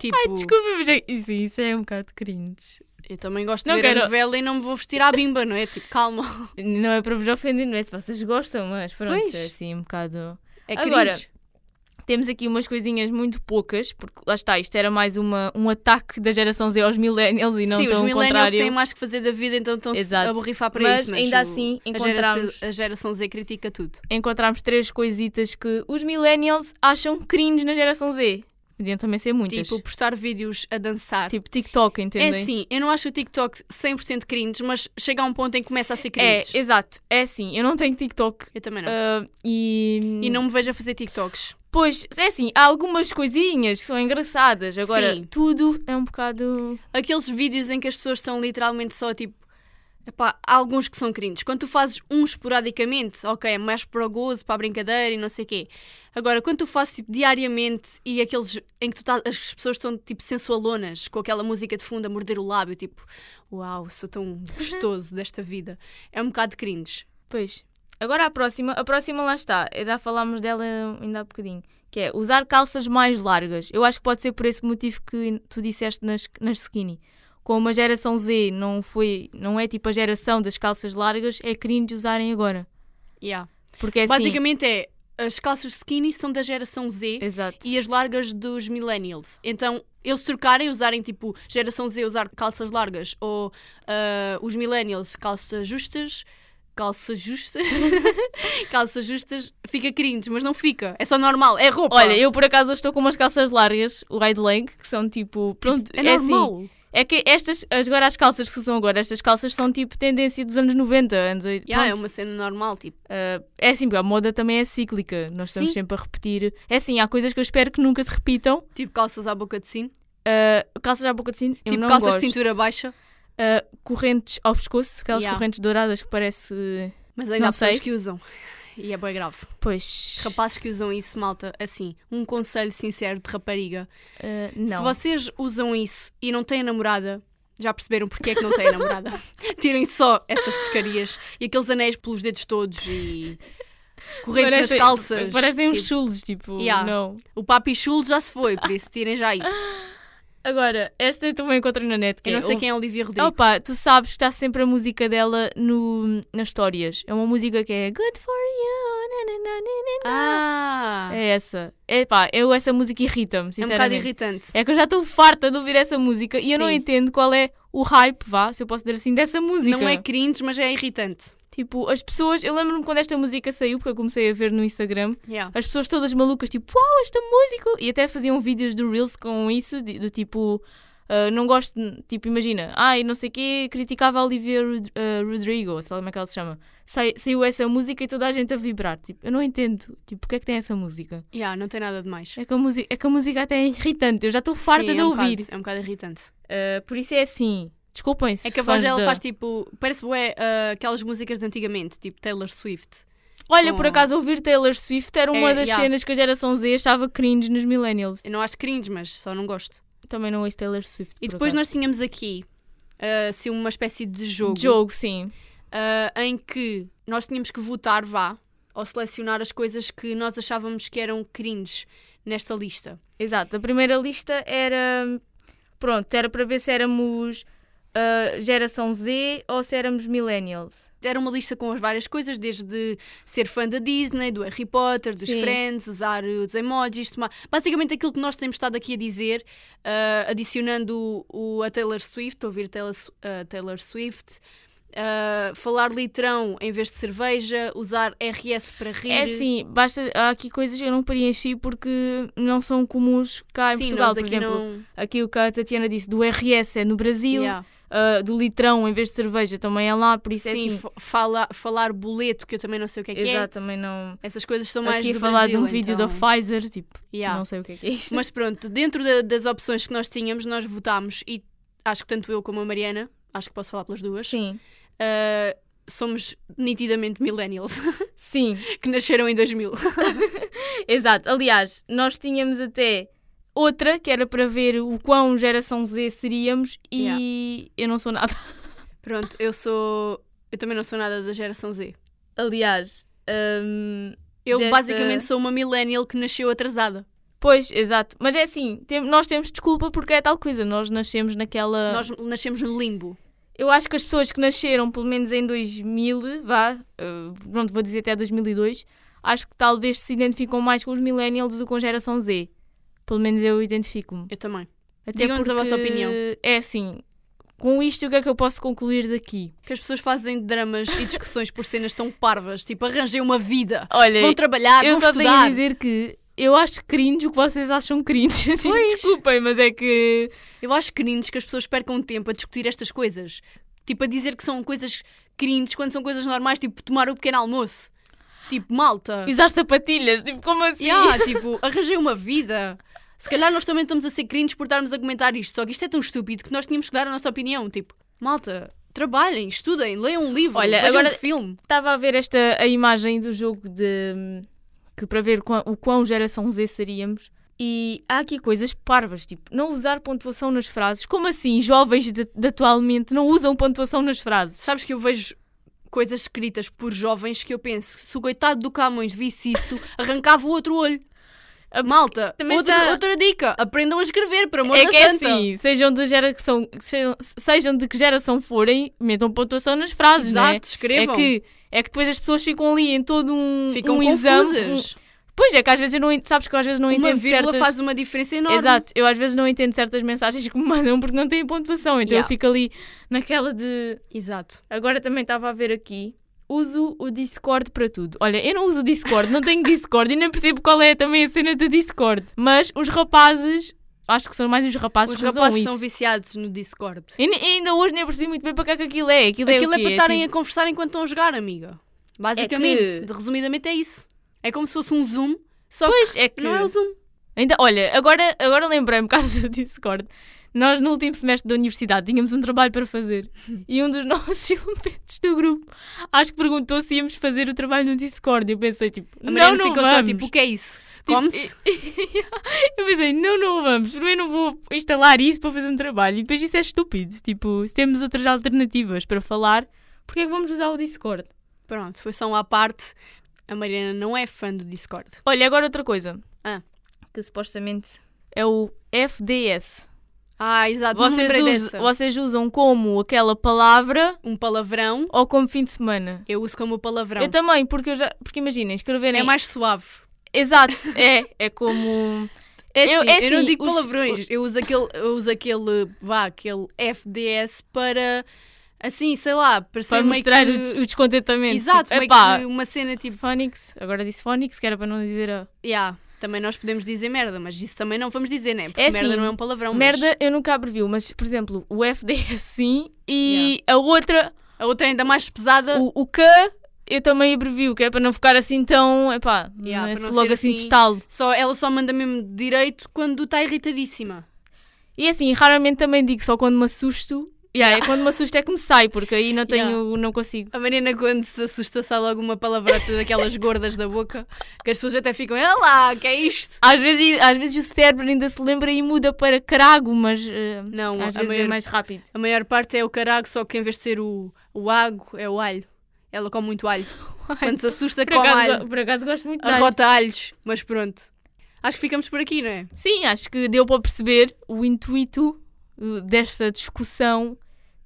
Speaker 1: Tipo,
Speaker 2: isso. Desculpa, mas é- isso, isso é um bocado cringe.
Speaker 1: eu também gosto de
Speaker 2: Não
Speaker 1: ver
Speaker 2: quero-
Speaker 1: a novela e não me vou vestir à bimba, não é? Tipo, calma.
Speaker 2: Não é para vos ofender, não é? Se vocês gostam, mas pronto,
Speaker 1: Pois.
Speaker 2: é assim um bocado.
Speaker 1: É
Speaker 2: Agora,
Speaker 1: cringe.
Speaker 2: Temos aqui umas coisinhas muito poucas, porque lá está, isto era mais uma, um ataque da geração Z aos millennials e não
Speaker 1: Sim,
Speaker 2: tão
Speaker 1: os
Speaker 2: ao
Speaker 1: millennials
Speaker 2: contrário.
Speaker 1: têm mais que fazer da vida, então estão-se
Speaker 2: Exato.
Speaker 1: a borrifar para
Speaker 2: Mas
Speaker 1: isso.
Speaker 2: ainda
Speaker 1: o-
Speaker 2: assim
Speaker 1: a geração-
Speaker 2: encontramos-
Speaker 1: A geração Z critica tudo.
Speaker 2: Encontramos três coisitas que os millennials acham cringe na geração Z. Podiam também ser muitas.
Speaker 1: Tipo, postar vídeos a dançar.
Speaker 2: Tipo TikTok,
Speaker 1: é
Speaker 2: entendem?
Speaker 1: assim, eu não acho o TikTok 100% cringe, mas chega a um ponto em que começa a ser
Speaker 2: É,
Speaker 1: cringe.
Speaker 2: exato. É assim, eu não tenho TikTok.
Speaker 1: Eu também não.
Speaker 2: ah, e...
Speaker 1: E não me vejo a fazer TikToks.
Speaker 2: Pois, é assim, há algumas coisinhas que são engraçadas. Agora,
Speaker 1: Sim.
Speaker 2: tudo é um bocado.
Speaker 1: Aqueles vídeos em que as pessoas são literalmente só tipo. Epá, há alguns que são cringe. Quando tu fazes um esporadicamente, ok, é mais para o gozo, para a brincadeira e não sei o quê. Agora, quando tu fazes tipo, diariamente e aqueles em que tu tá- as pessoas estão tipo sensualonas, com aquela música de fundo a morder o lábio, tipo, uau, sou
Speaker 2: Uhum.
Speaker 1: tão gostoso desta vida, é um bocado cringe.
Speaker 2: Pois. Agora a próxima, a próxima lá está, Eh, já falámos dela ainda há bocadinho, que é usar calças mais largas. Eu acho que pode ser por esse motivo que tu disseste nas, nas skinny. Como a geração Z não foi, não é tipo a geração das calças largas, é cringe usarem agora.
Speaker 1: Yeah.
Speaker 2: Porque é assim,
Speaker 1: Basicamente é, as calças skinny são da geração Z.
Speaker 2: exato.
Speaker 1: e as largas dos millennials. Então, eles trocarem, usarem tipo geração Z usar calças largas ou ah, os millennials calças justas, calças justas, *laughs* calças justas, fica cringe, mas não fica, é só normal, é roupa.
Speaker 2: Olha, eu tipo, por acaso hoje estou com umas calças largas, o wide leg, que são tipo, pronto,
Speaker 1: é,
Speaker 2: é assim,
Speaker 1: normal.
Speaker 2: É que estas, agora as calças que se usam agora, estas calças são tipo tendência dos anos 90, anos 80.
Speaker 1: Yeah, é uma cena normal, tipo.
Speaker 2: É assim, porque a moda também é cíclica, nós estamos
Speaker 1: Sim.
Speaker 2: sempre a repetir. É assim, há coisas que eu espero que nunca se repitam.
Speaker 1: Tipo calças à boca de sino,
Speaker 2: Uh, calças à boca de sino, eu
Speaker 1: tipo
Speaker 2: não
Speaker 1: calças
Speaker 2: gosto.
Speaker 1: de cintura baixa,
Speaker 2: Uh, correntes ao pescoço, aquelas
Speaker 1: Yeah.
Speaker 2: correntes douradas que parece...
Speaker 1: mas ainda
Speaker 2: Não
Speaker 1: há pessoas
Speaker 2: sei.
Speaker 1: que usam. E é bem grave.
Speaker 2: Pois...
Speaker 1: Rapazes que usam isso, malta, assim, um conselho sincero de rapariga.
Speaker 2: uh, não.
Speaker 1: Se vocês usam isso e não têm namorada, já perceberam porque é que não têm
Speaker 2: *laughs*
Speaker 1: namorada. Tirem só essas porcarias e aqueles anéis pelos dedos todos e correntes nas
Speaker 2: Parecem-
Speaker 1: calças.
Speaker 2: Parecem uns
Speaker 1: Tipo,
Speaker 2: chulos, tipo,
Speaker 1: Yeah.
Speaker 2: não.
Speaker 1: o papi chulo já se foi, por isso tirem já
Speaker 2: *laughs*
Speaker 1: isso.
Speaker 2: Agora, esta eu também encontrei na net. Que
Speaker 1: Eu não
Speaker 2: é
Speaker 1: sei
Speaker 2: o-
Speaker 1: quem é Olivia Rodrigo.
Speaker 2: Opa, tu sabes que está sempre a música dela no, nas histórias. É uma música que é Good for you. na, na, na, na,
Speaker 1: Ah,
Speaker 2: na. É essa. É pá, eu essa música
Speaker 1: é
Speaker 2: irrita-me,
Speaker 1: um bocado
Speaker 2: sinceramente.
Speaker 1: irritante.
Speaker 2: É que eu já estou farta de ouvir essa música e eu não
Speaker 1: Sim.
Speaker 2: entendo qual é o hype, vá, se eu posso dizer assim, dessa música.
Speaker 1: Não é cringe, mas é irritante.
Speaker 2: Tipo, as pessoas, eu lembro-me quando esta música saiu, porque eu comecei a ver no Instagram,
Speaker 1: Yeah.
Speaker 2: as pessoas todas malucas, tipo, uau, esta música! E até faziam vídeos do Reels com isso, de- do tipo, ah, não gosto, de- tipo, imagina, ai, não sei o quê, criticava a Olivia Rod- ah, Rodrigo, ou sei lá como é que ela se chama. Sai- saiu essa música e toda a gente a vibrar, tipo, eu não entendo, tipo, porque é que tem essa música?
Speaker 1: Yeah, não tem nada de mais.
Speaker 2: É que a, música é que a música até é irritante, eu já estou farta
Speaker 1: Sim,
Speaker 2: de
Speaker 1: é um
Speaker 2: ouvir.
Speaker 1: bocado- é um bocado irritante.
Speaker 2: Ah, por isso é assim, desculpem-se.
Speaker 1: É que a voz
Speaker 2: fãs
Speaker 1: dela
Speaker 2: da-
Speaker 1: faz tipo. Parece bué, ah, aquelas músicas de antigamente, tipo Taylor Swift.
Speaker 2: Olha, por
Speaker 1: Oh.
Speaker 2: acaso, ouvir Taylor Swift era uma
Speaker 1: É,
Speaker 2: das
Speaker 1: yeah.
Speaker 2: cenas que a geração Z achava cringe nos millennials.
Speaker 1: Eu não acho cringe, mas só não gosto.
Speaker 2: Também não ouço Taylor Swift,
Speaker 1: E
Speaker 2: por
Speaker 1: depois
Speaker 2: acaso.
Speaker 1: nós tínhamos aqui ah, assim, uma espécie de jogo,
Speaker 2: Jogo, sim.
Speaker 1: ah, em que nós tínhamos que votar vá ou selecionar as coisas que nós achávamos que eram cringe nesta lista.
Speaker 2: Exato, a primeira lista era. Pronto, era para ver se éramos ah, geração Z ou se éramos millennials.
Speaker 1: Era uma lista com as várias coisas, desde ser fã da Disney, do Harry Potter, dos
Speaker 2: Sim.
Speaker 1: Friends, usar uh, os emojis, tomar... basicamente aquilo que nós temos estado aqui a dizer, ah, adicionando o, o- a Taylor Swift, ouvir Taylor, Su- ah, Taylor Swift, ah, falar litrão em vez de cerveja, usar RS para rir.
Speaker 2: É assim, basta, há aqui coisas que eu não preenchi porque não são comuns cá Ah, em
Speaker 1: Sim,
Speaker 2: Portugal,
Speaker 1: nós
Speaker 2: por
Speaker 1: aqui
Speaker 2: exemplo.
Speaker 1: não-
Speaker 2: Aqui o que a Tatiana disse do RS é no Brasil,
Speaker 1: Yeah.
Speaker 2: ah, do litrão em vez de cerveja também é lá, por isso
Speaker 1: Sim,
Speaker 2: é assim.
Speaker 1: fa- fala, falar boleto, que eu também não sei o que é que
Speaker 2: Exato, também não.
Speaker 1: é. Essas coisas são mais
Speaker 2: aqui
Speaker 1: do
Speaker 2: a falar de
Speaker 1: Brasil,
Speaker 2: um vídeo
Speaker 1: então.
Speaker 2: da Pfizer, tipo,
Speaker 1: Yeah.
Speaker 2: não sei o que é que é isto.
Speaker 1: Mas pronto, dentro da- das opções que nós tínhamos, nós votámos e acho que tanto eu como a Mariana, acho que posso falar pelas duas,
Speaker 2: Sim,
Speaker 1: ah, somos nitidamente millennials, *laughs*
Speaker 2: sim.
Speaker 1: que nasceram em 2000.
Speaker 2: Exato. Aliás, nós tínhamos até outra que era para ver o quão geração Z seríamos e eu não sou nada. *laughs*
Speaker 1: Pronto, eu sou... Eu também não sou nada da geração Z.
Speaker 2: Aliás, hum,
Speaker 1: Eu
Speaker 2: Desta-
Speaker 1: basicamente sou uma millennial que nasceu atrasada.
Speaker 2: pois, exato. Mas é assim, tem- nós temos desculpa porque é tal coisa. Nós nascemos naquela.
Speaker 1: Nós nascemos no limbo.
Speaker 2: Eu acho que as pessoas que nasceram pelo menos em 2000, vá, eh, pronto, vou dizer até 2002. acho que talvez se identificam mais com os millennials do que com a geração Z. Pelo menos eu identifico-me.
Speaker 1: Eu também.
Speaker 2: Até
Speaker 1: Digam-nos a
Speaker 2: porque-
Speaker 1: vossa opinião.
Speaker 2: É assim, com isto o que é que eu posso concluir daqui?
Speaker 1: Que as pessoas fazem dramas e discussões por cenas tão parvas, tipo arranjei uma vida,
Speaker 2: Olha,
Speaker 1: vão trabalhar,
Speaker 2: É, eu
Speaker 1: vão
Speaker 2: só tenho a
Speaker 1: estudar.
Speaker 2: dizer que eu acho cringe o que vocês acham cringe. *laughs* Assim,
Speaker 1: Pois.
Speaker 2: Desculpem, mas é que...
Speaker 1: Eu acho cringe que as pessoas percam tempo a discutir estas coisas. Tipo, a dizer que são coisas cringes quando são coisas normais, tipo tomar o pequeno almoço. Tipo, malta.
Speaker 2: Usar sapatilhas, tipo, como assim?
Speaker 1: Yeah, tipo, arranjei uma vida. Se calhar nós também estamos a ser cringes por estarmos a comentar isto. Só que isto é tão estúpido que nós tínhamos que dar a nossa opinião. Tipo, malta, trabalhem, estudem, leiam um livro,
Speaker 2: Olha,
Speaker 1: vejam
Speaker 2: agora-
Speaker 1: um filme.
Speaker 2: Estava a ver esta a imagem do jogo de que para ver quão- o quão geração Z seríamos. E há aqui coisas parvas, tipo, não usar pontuação nas frases. Como assim jovens de, de atualmente não usam pontuação nas frases?
Speaker 1: Sabes que eu vejo coisas escritas por jovens que eu penso, se o coitado do Camões visse
Speaker 2: *laughs*
Speaker 1: isso, arrancava o outro olho. Ah, Malta,
Speaker 2: Também
Speaker 1: outra,
Speaker 2: está-
Speaker 1: outra dica, aprendam a escrever, por amor
Speaker 2: É
Speaker 1: da
Speaker 2: que é
Speaker 1: santa.
Speaker 2: assim, sejam de, geração, sejam, sejam de que geração forem, metam pontuação nas frases, não é?
Speaker 1: Exato,
Speaker 2: É
Speaker 1: escrevam.
Speaker 2: que, é que depois as pessoas ficam ali em todo um,
Speaker 1: Ficam
Speaker 2: um exame. um-
Speaker 1: confusas.
Speaker 2: pois é que às vezes eu não en- sabes que eu às vezes não
Speaker 1: Uma
Speaker 2: entendo
Speaker 1: vírgula
Speaker 2: certas...
Speaker 1: faz uma diferença enorme.
Speaker 2: Exato, eu às vezes não entendo certas mensagens que me mandam porque não têm pontuação, então
Speaker 1: Yeah.
Speaker 2: eu fico ali naquela de.
Speaker 1: Exato.
Speaker 2: Agora também estava a ver aqui. Uso o Discord para tudo. Olha, eu não uso o Discord, não tenho Discord e nem percebo qual é também a cena do Discord. Mas os rapazes, acho que são mais os rapazes
Speaker 1: Os
Speaker 2: que usam
Speaker 1: rapazes
Speaker 2: isso.
Speaker 1: são viciados no Discord.
Speaker 2: E ne- e ainda hoje nem percebi muito bem para que é que aquilo é.
Speaker 1: Aquilo
Speaker 2: Aquilo, é,
Speaker 1: é
Speaker 2: o
Speaker 1: para
Speaker 2: quê?
Speaker 1: estarem
Speaker 2: tipo-
Speaker 1: a conversar enquanto estão a jogar, amiga. Basicamente,
Speaker 2: É que-
Speaker 1: de- resumidamente é isso. É como se fosse um zoom, só
Speaker 2: Pois é
Speaker 1: que
Speaker 2: que.
Speaker 1: não é o zoom.
Speaker 2: Ainda, olha, agora, agora lembrei-me, *laughs* caso do Discord. Nós, no último semestre da universidade, tínhamos um trabalho para fazer e um dos *laughs* nossos elementos do grupo acho que perguntou se íamos fazer o trabalho no Discord. Eu pensei, tipo,
Speaker 1: A
Speaker 2: não,
Speaker 1: Mariana
Speaker 2: não
Speaker 1: ficou
Speaker 2: vamos.
Speaker 1: só tipo, o que é isso? Come-se?
Speaker 2: Eu pensei, não, não vamos. Primeiro não vou instalar isso para fazer um trabalho e depois isso é estúpido. Tipo, se temos outras alternativas para falar, porque é que vamos usar o Discord?
Speaker 1: Pronto, foi só uma parte. A Mariana não é fã do Discord.
Speaker 2: Olha, agora outra coisa.
Speaker 1: Ah.
Speaker 2: Que supostamente é o FDS.
Speaker 1: Ah, exato. não me
Speaker 2: Vocês,
Speaker 1: lembrei
Speaker 2: us-
Speaker 1: dessa.
Speaker 2: vocês usam como aquela palavra
Speaker 1: Um palavrão,
Speaker 2: ou como fim de semana?
Speaker 1: eu uso como palavrão.
Speaker 2: Eu também, porque eu já. Porque imaginem, escreverem.
Speaker 1: É mais suave. *laughs*
Speaker 2: Exato, é. É como.
Speaker 1: É assim,
Speaker 2: Eu-
Speaker 1: eu,
Speaker 2: é
Speaker 1: não
Speaker 2: assim,
Speaker 1: digo
Speaker 2: os-
Speaker 1: palavrões, eu uso aquele, eu uso aquele, vá, aquele FDS para, assim, sei lá, para, ser
Speaker 2: Para
Speaker 1: meio
Speaker 2: mostrar
Speaker 1: que-
Speaker 2: o des- o descontentamento.
Speaker 1: Exato,
Speaker 2: tipo,
Speaker 1: meio
Speaker 2: epá,
Speaker 1: que uma cena tipo,
Speaker 2: Phonics. Agora disse Phonics, que era para não dizer a.
Speaker 1: yeah, também nós podemos dizer merda, mas isso também não vamos dizer, né? Porque
Speaker 2: É
Speaker 1: merda
Speaker 2: assim,
Speaker 1: não é um palavrão, mas
Speaker 2: Merda, eu nunca abrevio, mas por exemplo, o FDS sim assim e a outra,
Speaker 1: a outra é ainda mais pesada.
Speaker 2: o, o K, eu também abrevio, que é para não ficar assim tão. Epá,
Speaker 1: Yeah,
Speaker 2: não é
Speaker 1: para não
Speaker 2: logo
Speaker 1: ser
Speaker 2: assim de
Speaker 1: assim-
Speaker 2: estalo.
Speaker 1: Só, ela só manda mesmo direito quando está irritadíssima.
Speaker 2: E assim, raramente também digo só quando me assusto. Yeah, É quando me assusto é que me sai, porque
Speaker 1: *laughs*
Speaker 2: aí não tenho, não consigo.
Speaker 1: A Mariana, quando se assusta, sai logo uma palavrota daquelas gordas da boca, que as pessoas até ficam, olha lá, que é isto?
Speaker 2: Às vezes, às vezes o cérebro ainda se lembra e muda para carago, mas eh,
Speaker 1: Não,
Speaker 2: às
Speaker 1: a
Speaker 2: vezes é
Speaker 1: maior-
Speaker 2: mais rápido.
Speaker 1: A maior parte é o carago, só que em vez de ser o, o água, é o alho. Ela come muito
Speaker 2: *laughs*
Speaker 1: alho. Quando se assusta,
Speaker 2: Por
Speaker 1: come
Speaker 2: acaso,
Speaker 1: alho.
Speaker 2: go- por acaso gosto muito de alho.
Speaker 1: Arrota alhos, mas pronto. Acho que ficamos por aqui, não é?
Speaker 2: Sim, acho que deu para perceber o intuito eh, desta discussão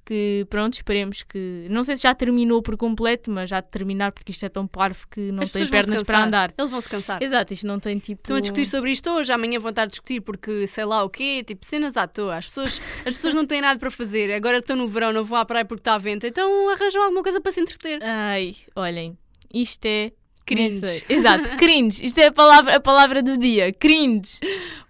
Speaker 2: que, pronto, esperemos que... Não sei se já terminou por completo, mas já de terminar, porque isto é tão parvo que não
Speaker 1: As
Speaker 2: tem
Speaker 1: pessoas vão se
Speaker 2: pernas para
Speaker 1: cansar.
Speaker 2: andar.
Speaker 1: Eles vão se cansar.
Speaker 2: Exato, isto não tem tipo...
Speaker 1: Estão a discutir sobre isto hoje, amanhã vão estar a discutir porque sei lá o quê, tipo cenas à toa. As pessoas, as pessoas não têm nada para fazer, agora estão no verão, não vão à praia porque está a vento, então arranjam alguma coisa para se entreter.
Speaker 2: Ai, olhem, isto é
Speaker 1: Cringe.
Speaker 2: Nem sei. Exato, cringe. Isto é a palavra, a palavra do dia, cringe.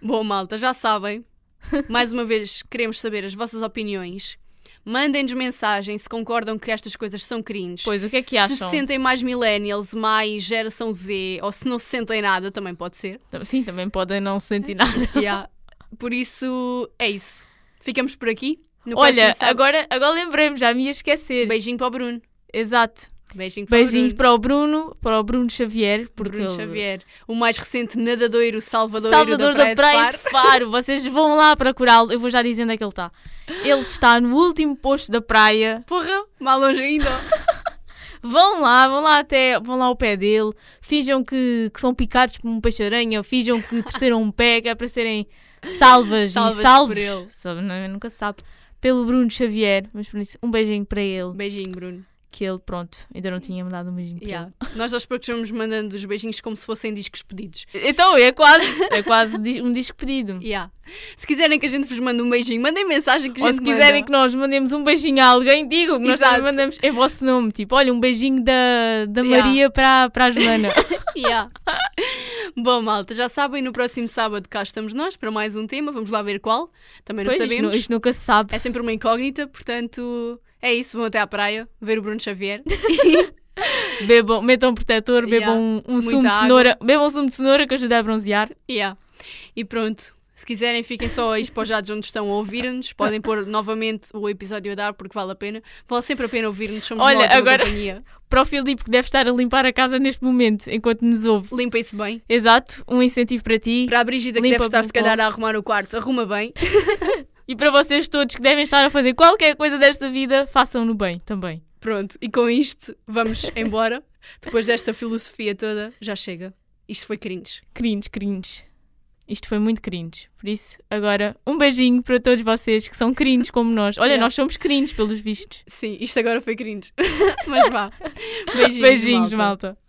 Speaker 1: Bom, malta, já sabem. *laughs* Mais uma vez, queremos saber as vossas opiniões. Mandem-nos mensagem se concordam que estas coisas são cringe.
Speaker 2: Pois, o que é que
Speaker 1: se se
Speaker 2: acham?
Speaker 1: sentem mais millennials, mais geração Z, ou se não se sentem nada, também pode
Speaker 2: *laughs*
Speaker 1: ser.
Speaker 2: Sim, também podem não sentir
Speaker 1: Então,
Speaker 2: nada.
Speaker 1: Yeah. Por isso, é isso. Ficamos por aqui. No
Speaker 2: Olha,
Speaker 1: próximo sábado,
Speaker 2: agora, agora lembrei-me, já me ia esquecer.
Speaker 1: Beijinho para o Bruno.
Speaker 2: Exato.
Speaker 1: Beijinho para o
Speaker 2: Beijinho
Speaker 1: Bruno.
Speaker 2: para o Bruno, para o Bruno Xavier, porque
Speaker 1: Bruno
Speaker 2: ele-
Speaker 1: Xavier, o mais recente nadadoiro salvadoiro
Speaker 2: Salvador da Praia
Speaker 1: de
Speaker 2: de Faro. *laughs* Vocês vão lá procurá-lo. Eu vou já dizendo onde é que ele está. Ele está no último posto da praia.
Speaker 1: Porra, mal longe ainda.
Speaker 2: *laughs* Vão lá, vão lá até, vão lá ao pé dele, finjam que, que são picados por um peixe-aranha, finjam que torceram um pé, que é para serem salvas,
Speaker 1: Salvas
Speaker 2: e salvos.
Speaker 1: por ele.
Speaker 2: Sabe, não- nunca se sabe. Pelo Bruno Xavier, mas por isso, um beijinho para ele.
Speaker 1: Beijinho, Bruno.
Speaker 2: que ele, pronto, ainda não tinha mandado um beijinho para
Speaker 1: Hum. Yeah. Nós aos poucos vamos mandando os beijinhos como se fossem discos pedidos.
Speaker 2: ele. Então, é quase, é quase di- um
Speaker 1: *laughs*
Speaker 2: disco pedido.
Speaker 1: Yeah. Se quiserem que a gente vos mande um beijinho, mandem mensagem que a
Speaker 2: Ou
Speaker 1: gente
Speaker 2: se quiserem
Speaker 1: manda.
Speaker 2: que nós mandemos um beijinho a alguém, digam que nós
Speaker 1: Exato.
Speaker 2: também mandamos em vosso nome. Tipo, olha, um beijinho da, da
Speaker 1: Yeah.
Speaker 2: Maria para, para
Speaker 1: *laughs*
Speaker 2: a Joana.
Speaker 1: Yeah. Bom, malta, já sabem, no próximo sábado cá estamos nós para mais um tema. Vamos lá ver qual. Também não
Speaker 2: Pois, isto,
Speaker 1: sabemos.
Speaker 2: nu- isto nunca se sabe.
Speaker 1: É sempre uma incógnita, portanto, é isso. Vão até à praia ver o Bruno *laughs* Xavier.
Speaker 2: Bebam, metam um protetor,
Speaker 1: Yeah.
Speaker 2: bebam um- um,
Speaker 1: Muita
Speaker 2: sumo de
Speaker 1: água.
Speaker 2: cenoura. Bebam um sumo de cenoura que ajuda a bronzear.
Speaker 1: Yeah. E pronto. Se quiserem, fiquem só aí espojados onde estão a ouvir-nos. Podem pôr novamente o episódio a dar, porque vale a pena. Vale sempre a pena ouvir-nos. Somos
Speaker 2: Olha,
Speaker 1: uma ótima
Speaker 2: agora-
Speaker 1: companhia.
Speaker 2: Para o Filipe que deve estar a limpar a casa neste momento, enquanto nos ouve.
Speaker 1: Limpem-se bem.
Speaker 2: Exato, um incentivo para ti
Speaker 1: Para a Brigida, que
Speaker 2: Limpa
Speaker 1: deve estar, se
Speaker 2: bem o
Speaker 1: calhar, a arrumar o quarto, arruma bem.
Speaker 2: e para vocês todos que devem estar a fazer qualquer coisa desta vida, façam-no bem também.
Speaker 1: Pronto. E com isto,
Speaker 2: *laughs*
Speaker 1: vamos embora. Depois desta filosofia toda, já chega. Isto foi cringe.
Speaker 2: Cringe, cringe. Isto foi muito cringe. Por isso, agora, um beijinho para todos vocês que são cringe como nós. Olha,
Speaker 1: Yeah.
Speaker 2: nós somos cringe pelos vistos.
Speaker 1: Sim, isto agora foi cringe. *laughs* Mas vá. Beijinhos,
Speaker 2: Beijinhos,
Speaker 1: malta.
Speaker 2: malta.